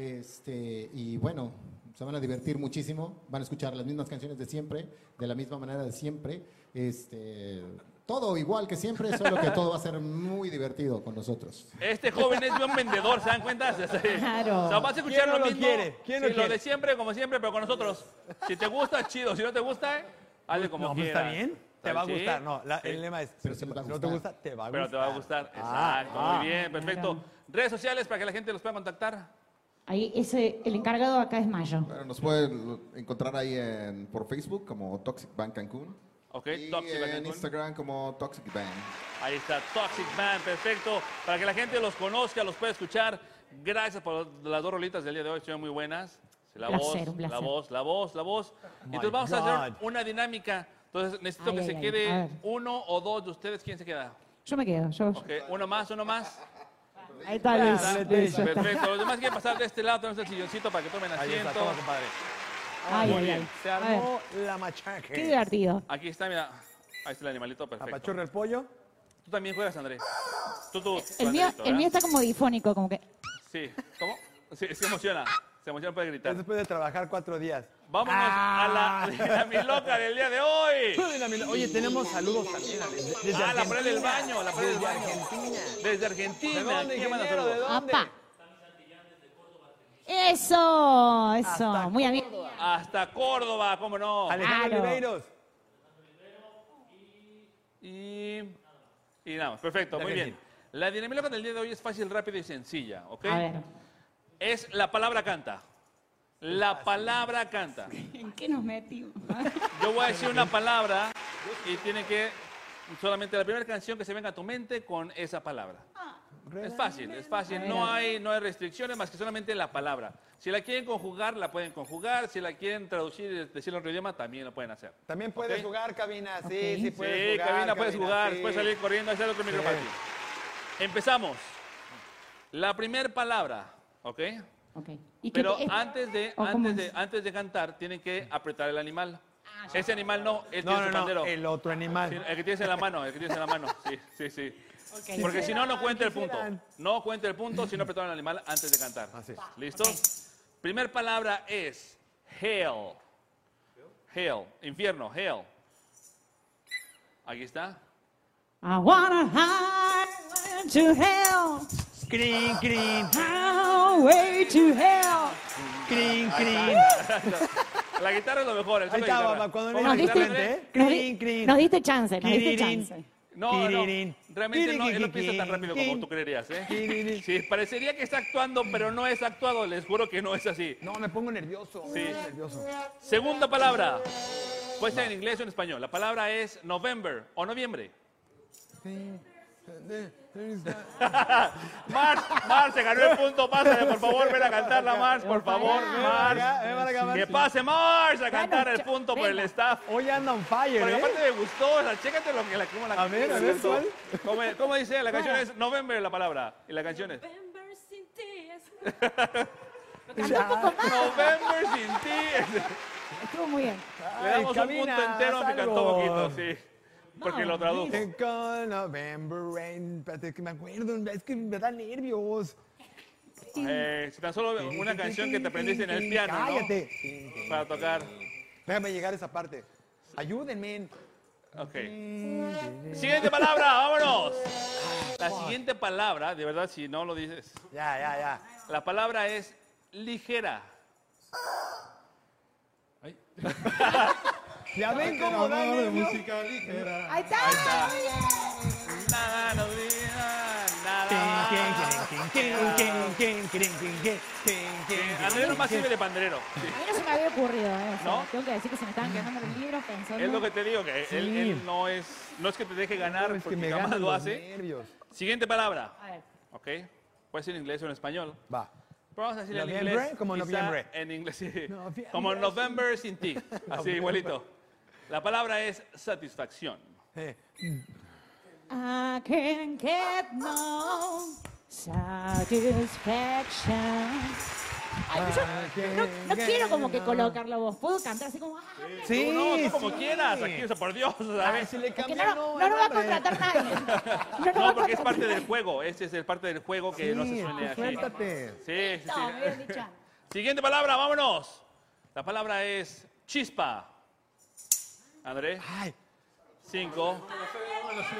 Este, y bueno, se van a divertir muchísimo. Van a escuchar las mismas canciones de siempre, de la misma manera de siempre. Este, todo igual que siempre, solo que todo va a ser muy divertido con nosotros. Este joven es bien vendedor, ¿se dan cuenta? Claro. O sea, vas a escuchar ¿Quién lo no lo mismo. quiere? ¿Quién no sí, lo quiere? de siempre, como siempre, pero con nosotros. Si te gusta, chido. Si no te gusta, eh, hazle como no, pues, quieras. está bien. Te va a Sí, gustar. No, la- sí. el lema es, Pero si, sí les va a no te gustar. gusta, Ah, te va a Pero te gustar. va a gustar. Exacto. muy bien, perfecto. Redes sociales para que la gente los pueda contactar. Ahí ese, el encargado acá es Mayo. Bueno, nos pueden encontrar ahí en, por Facebook como Toxic Bank Cancún. Ok, y Toxic Band en Cancún. Instagram como Toxic Bank. Ahí está, Toxic Man, perfecto. Para que la gente los conozca, los pueda escuchar. Gracias por las dos rolitas del día de hoy, estuvieron muy buenas. La Placer, voz, un placer. Oh la voz, la voz, la voz. Entonces vamos a hacer God. una dinámica. Entonces necesito Ay, que ay, se ay, a quede ver. uno o dos de ustedes. ¿Quién se queda? Yo me quedo. Yo, Ok, uno más, uno más. Ahí está Luis. Luis, ya está. Perfecto. Los demás quieren pasar de este lado, tenemos el silloncito para que tomen Ahí está, asiento. toma, compadre. Ay, Muy ay, bien. ay. Se A ver, armó la qué machaca. divertido. Aquí está, mira. Ahí está el animalito, perfecto. Apachurra el pollo. Tú también juegas, Andrés. Tú, tú. El mío, el mío está como difónico, como que. Sí. ¿Cómo? Sí, se emociona. Se emociona, puede gritar. Es Ah. después de trabajar cuatro días. Vámonos a la dinamiloca del día de hoy. Oye, tenemos saludos también. Alex, desde Ah, la Argentina. pared del baño, la pared del Desde baño. Argentina. Desde ¿De Argentina. dónde, ¿Quién manda ingeniero? ¿De saludos? dónde? ¡Apa! Eso, Hasta eso. Muy amigo. Hasta Córdoba, cómo no. Alejandro Claro. Oliveiros. Y, y nada más. Perfecto, De muy bien. Argentina. La dinamiloca del día de hoy es fácil, rápida y sencilla, ¿ok? A ver. Es la palabra canta. La palabra canta. ¿En qué nos metimos? Yo voy a decir una palabra y tiene que solamente la primera canción que se venga a tu mente con esa palabra. Es fácil, es fácil. No hay, no hay restricciones más que solamente la palabra. Si la quieren conjugar, la pueden conjugar. Si la quieren traducir y decirlo en otro idioma, también lo pueden hacer. También puedes Ok. jugar, cabina. Sí, Ok. sí, Sí, puedes jugar. cabina, puedes jugar, sí. puedes salir corriendo, hacer otro micro para ti. Empezamos. La primera palabra, ¿ok? Ok. ¿Y qué Pero te- antes de, ¿O cómo antes de, es? Ah, antes de cantar, tienen que apretar el animal. Ese animal no, él No, tiene no, su no. pandero. El otro animal. Sí, el que tienes en la mano, el que tienes en la mano. Sí, sí, sí. Porque si no, no cuenta el punto. quisieran. No cuenta el punto si no apretaron el animal antes de cantar. Así es. ¿Listos? Primer palabra es hell. Hell. Infierno, hell. Aquí está. I wanna hide to hell. Crin, crin, Highway to hell. crin, crin. La guitarra es lo mejor. El Ahí solo de está, guitarra. mamá. Cuando Ponme vienes la de guitarra, frente, Andrés. ¿eh? Nos, di- Crin, crin. nos diste chance, nos diste Kiririn. chance. No, no, Kiririn. realmente no, él no piensa tan Kiririn. rápido como tú creerías, ¿eh? Kiririn. Sí, parecería que está actuando, pero no es actuado, les juro que no es así. No, me pongo nervioso. me Sí. pongo nervioso. Segunda palabra. Puede ser en inglés o en español. La palabra es November o noviembre. Mars, Mars, se ganó el punto. Pásale, por favor, ven a cantarla, Mars, por favor, Ya, Mars. ven para acá, Que Marci. pase Mars a cantar el punto por el staff. Hoy anda on fire, Porque ¿eh? aparte me gustó, o sea, chécate lo que la, cómo la A ver, a me ver, gustó. ¿cuál? ¿Cómo, cómo dice? La canción es November la palabra. Y la canción es November sin ti. Estuvo muy bien. Le damos Ay, un punto camina, entero a mi cantó salgo. poquito, sí. Porque lo tradujo. Think of November rain. Espérate, que me acuerdo. Es que me da nervios. Eh, si tan solo una canción que te aprendiste en el piano, ¿no? Cállate. Para tocar. Déjame llegar a esa parte. Ayúdenme. Ok. Siguiente palabra, vámonos. La siguiente palabra, de verdad, si no lo dices, Ya, ya, ya. la palabra es ligera. Ya ven cómo Dani. ¿no? Ahí está. Nada nos diga, nada. Andrés nomás sirve de pandrero. sí. A mí no se me había ocurrido, ¿eh? O sea, ¿No? Tengo que decir que se me estaban quedando los libros pensando. Es lo que te digo, que él, él no es no es que te deje ganar, Es porque que me jamás ganan lo los hace. nervios. Siguiente palabra, A ver. ¿ok? Puede ser en inglés o en español. Va. Pero vamos a decirle en Noviembre, inglés. como quizá noviembre. En inglés, sí. Noviembre, Como sí. November sin ti. Así, igualito. La palabra es satisfacción. Eh, I can get no satisfaction. Ay, yo no, no quiero como que colocar la voz. Puedo cantar así como. ah, Sí, Tú no, tú como sí. Ah, quieras. Aquí, o sea, por Dios, ¿sabes? Si le es que cambian, no, no, no el lo va a nombre. contratar nadie. No, lo va No, a porque es contratar parte nadie. del juego. Este es el parte del juego que no se Sí, suele aquí. suéltate. Sí, sí, No, me sí. hubieran dicho. Siguiente palabra, vámonos. La palabra es chispa. André. Ay, Cinco.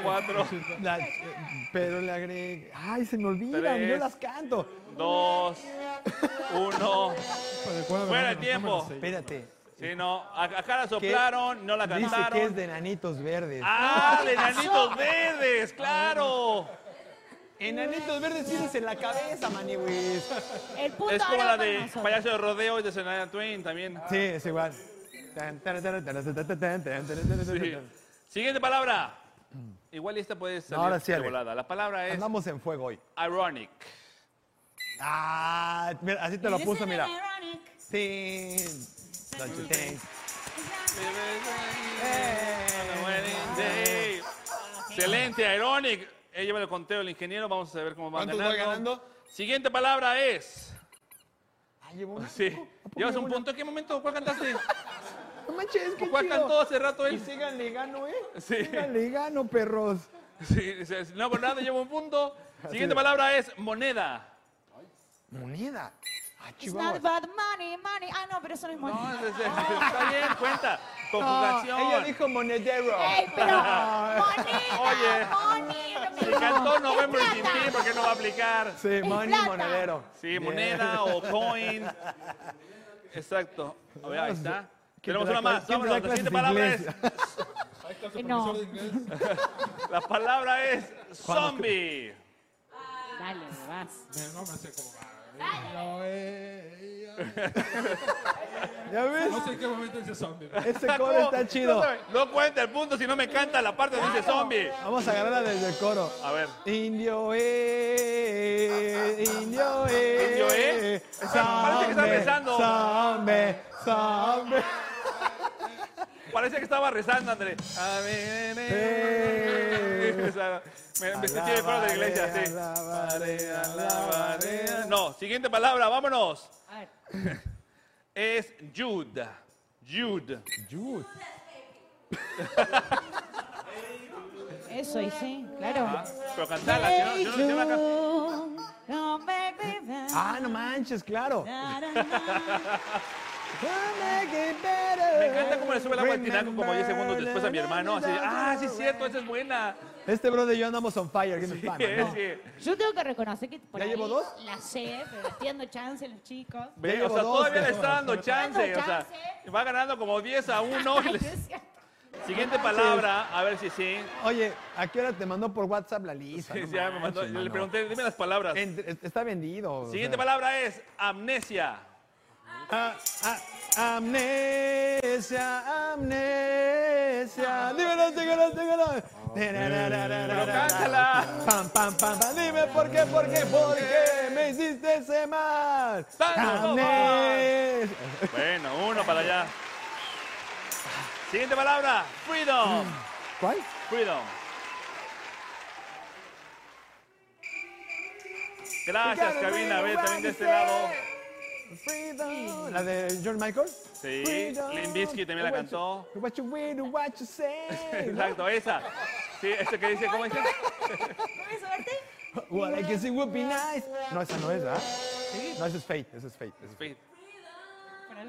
Cuatro. la- eh, pero le agregué. Ay, se me olvidan, yo Tres. las canto. Dos. Uno. Fuera el tiempo. Espérate. Sí, no. a- Acá la soplaron, no la Dice que es cantaron. de nanitos verdes. ¡Ah, de enanitos verdes! ¡Claro! Enanitos verdes tienes en la cabeza, Maniwis. El punto Es como ahora la para de nosotros. Payaso de Rodeo y de Senaya Twain también. Sí, es igual. Tan, tan, tan, tan, tan, tan, tan, tan, tan, Sí. tan. Siguiente palabra. Igual y esta puede salir Ahora sí, de Ale. volada. La palabra es Andamos en fuego hoy. ironic. Ah, mira, así te lo Isn't puso, it mira. ironic? Sí. Don't you think? On a wedding day. Excelente, ironic. Ella lleva el conteo el ingeniero. Vamos a ver cómo va ¿Cuántos ganando. va ganando? Siguiente palabra es. Ah, llevo una. Sí. Llevas un punto. ¿En qué momento? ¿Cuál cantaste? No manches, qué ¿Cuál chido. cantó hace rato Y él? sigan le gano, ¿eh? Sí. Sigan le gano, perros. Sí, sí, sí, no con nada, llevo un punto. Siguiente palabra es moneda. Moneda. Ah, It's not Chihuahua. about money, money. Ah, no, pero eso no es money. No, es- es- está bien, cuenta. Conjugación. ella dijo monedero. ¡Ey, pero! ¡Money! Oye. ¡Money! es lo Si mismo. cantó November Es sin plata. ti, ¿por qué no va a aplicar? Sí, money, plata. monedero. Sí, Bien. moneda o coin. Exacto. A ver, ahí está. ¿Quién Tenemos te da una más. clases- quién te da Vámonos, la siguiente palabra clases es. Eh, No, La palabra es zombie. Dale, vas. ¿Ya ves? sé en qué momento dice zombie. Ese coro está chido. No cuenta el punto si no me canta la parte donde dice zombie. Vamos a agarrarla desde el coro. A ver. Indio eh, indio eh. ¿Indio eh? Parece que está rezando. Sambe, sambe. Parece que estaba rezando, André. A ver, eh. O sea, Me, me sentí de coro de la iglesia, sí. Alabaré, alabaré, alabaré. No, siguiente palabra, vámonos. A ver. Es Jude. Jude. eso y sí, claro. Pero cantala, si Ah, no, si no, si no la can- Don't make me bad. Ah, no manches, claro. Da, da, da. Me Me encanta cómo le sube el agua al tinaco como 10 segundos después a mi hermano. Así, ah, sí es cierto, esa es buena. Este brother y yo andamos on fire. give me Sí, fama, ¿no? es que- Yo tengo que reconocer que por ¿Ya ahí llevo dos? la sé, pero atiendo chance a los chicos. Ve, llevo o sea, dos, todavía le pero- está dando chance. O sea, chance. va ganando como 10 a 1. Ay, no es cierto. Siguiente palabra, a ver si sí. Oye, ¿a qué hora te mandó por WhatsApp la lista? Sí, No sí, ya me manches, mandó. Yo le mano. pregunté, dime las palabras. Entre- está vendido. o Siguiente sea. palabra es amnesia. Ah, ah, amnesia, amnesia. Dímelo, dímelo, dímelo. Ah. Pero cántala. Pam, pam, pam, pam. Dime por qué, por qué, por qué me hiciste ese mal. Tanto mal. Amnesia. Bueno, uno para allá. Siguiente palabra, freedom. Mm. ¿Cuál? Freedom. Gracias, cabina. Ve también de este lado. Freedom. La de John Michael. Sí, Freedom. Limp Bizkit también la What cantó. you- What you win, what you say. Exacto, esa. Sí, eso que dice, ¿cómo dice? ¿Puedes verte? What I guess it would be nice. No, esa no es, ¿ah? No, esa es Fate, esa es Fate. esa es Fate. Es que es la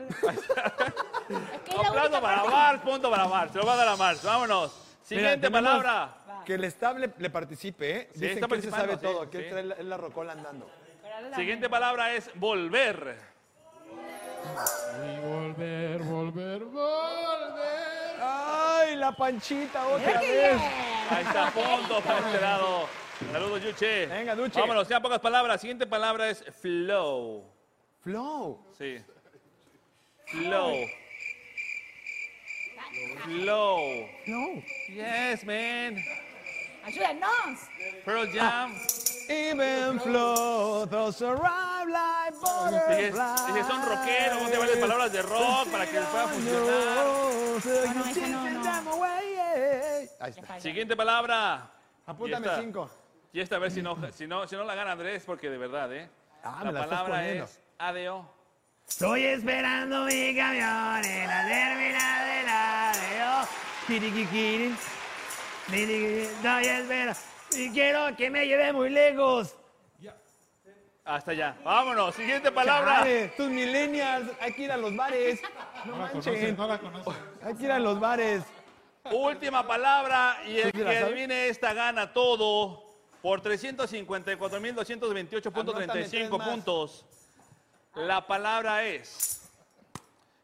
única Aplauso para parte- Mars, punto para Mars. Se lo va a dar a Mars. Vámonos. Siguiente tenemos- palabra. Que el estable le participe, ¿eh? Sí, Dicen está que él se sabe participando, sí, todo, sí, que él sí. trae la, la rocola andando. Siguiente palabra es volver. Y volver, volver, volver. ¡Ay, la panchita otra qué vez! Ahí está, punto para este lado. Saludos, Yuche. Venga, Yuche. Vámonos, ya pocas palabras. Siguiente palabra es flow. Flow. Sí. Flow. Flow. Flow. Yes, man. ¡Ayúdanos! Pearl Jam. Ah. Even flow, those arrive like Dije, butterflies. dije, son rockeros, vamos a llevarles palabras de rock para que les pueda funcionar. Bueno, esa no, no. Ahí está. Siguiente palabra. Y Apúntame esta- cinco. Y esta a ver si no, si no, si no la gana Andrés, porque de verdad, ¿eh? Ah, la me la estás palabra poniendo. es ADO. Estoy esperando mi camión en la terminal del área. Kirikikirin. Estoy esperando. Y quiero que me lleve muy lejos. Hasta allá. Vámonos. Siguiente palabra. Chale, tus millennials, hay que ir a los bares. No manchen. Hay que ir a los bares. Última palabra. Y el ¿Tú sí que la sabes? adivine esta gana todo por 354.228.35 Anótame tres puntos. La palabra es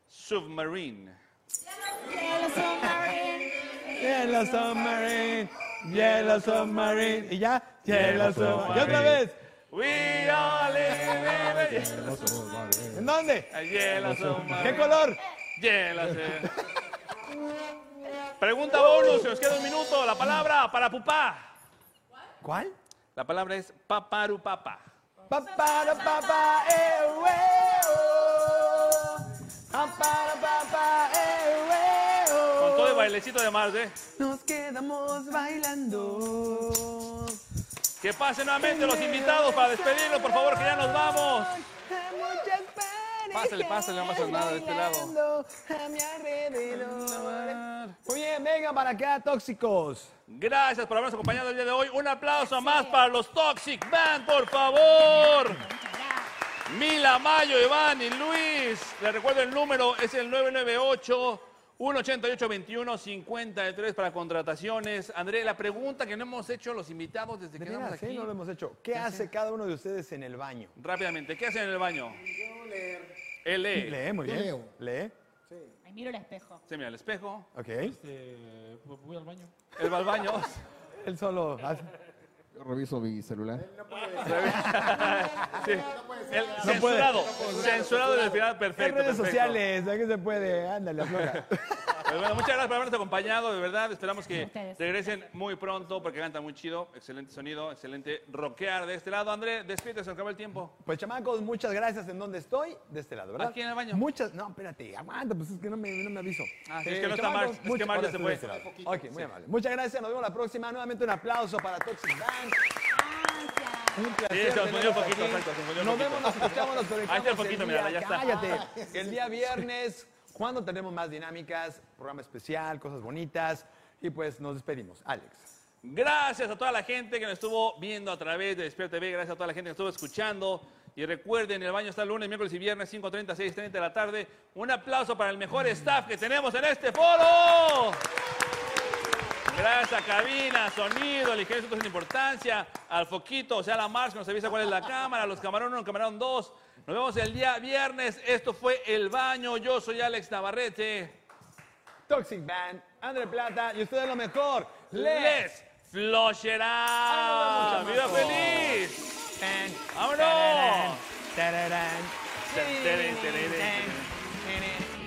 submarine. Yellow submarine, yellow submarine. Y ya, yellow submarine. Y otra vez, We Ah. all live in a- ¿en dónde? a yellow ¿Qué submarine. color? Hiela, sí. Pregunta bonus, se nos queda un minuto. La palabra para pupá. ¿Cuál? La palabra es paparupapa. Papara papá, eh, oh. weo. Papara papá, eh, weo. Con todo el bailecito de Mars, ¿eh? Nos quedamos bailando. Que pasen nuevamente los invitados para despedirnos, por favor, que ya nos vamos. Pásale, pásale, Pásale, pásale, no no pasa pasa nada de este lado. A mi alrededor. Muy bien, vengan para acá, tóxicos. Gracias por habernos acompañado el día de hoy. Un aplauso más para los Toxic Band, por favor. Mila, Mayo, Iván y Luis. Les recuerdo el número, es el 998-188-2153 para contrataciones. André, la pregunta que no hemos hecho a los invitados desde que De estamos veras, ¿eh? aquí. no lo hemos hecho. ¿Qué hace cada uno de ustedes en el baño? Rápidamente, ¿qué hacen en el baño? Yo leer. Lee. Lee, muy bien. Leo. Lee. Ay, miro el espejo. Se mira al espejo, Ok. Este, pues voy al baño. él va al baño. Él solo hace. Yo reviso mi celular. Sí. Él- No puede. censurado, censurado en el final, perfecto. En redes perfecto. sociales, ¿a qué se puede? Ándale, afloja. Pues bueno, muchas gracias por habernos acompañado, de verdad. Esperamos que Ustedes. regresen muy pronto porque canta muy chido. Excelente sonido, excelente rockear de este lado. André, despídete, se acabó el tiempo. Pues chamacos, muchas gracias en donde estoy, de este lado, ¿verdad? Aquí en el baño. Muchas, no, espérate, aguanta, pues es que no me, no me aviso. Eh, Ah, sí, es que no está Marx, es que Marx muchas- ya ahora se estoy de fue. este lado. Ok, muy amable. Muchas gracias, nos vemos la próxima. Nuevamente un aplauso para Toxic Band. Un placer. Sí, se nos tenerlos fundió un poquito, aquí. exacto, se fundió un Nos poquito. vemos, nos escuchamos, nos conectamos. está el poquito, día- mira, ya está. Ah, Cállate. El día viernes, cuando tenemos más dinámicas, programa especial, cosas bonitas. Y pues nos despedimos. Alex. Gracias a toda la gente que nos estuvo viendo a través de Despierta TV. Gracias a toda la gente que nos estuvo escuchando. Y recuerden, el baño está lunes, miércoles y viernes, 5.30, 6.30 de la tarde. Un aplauso para el mejor staff que tenemos en este foro. Gracias a cabina, sonido, ligeros asuntos sin importancia, al foquito, o sea, a la Mars que nos avisa cuál es la cámara, a los camarón 1, camarón 2. Nos vemos el día viernes. Esto fue El Baño. Yo soy Alex Navarrete. Toxic Band, André Plata, y ustedes lo mejor. Les. Les Flosherá. Ah, ¡Viva feliz! ¡Vámonos! Tararán. Teren, teren, teren. Tararán.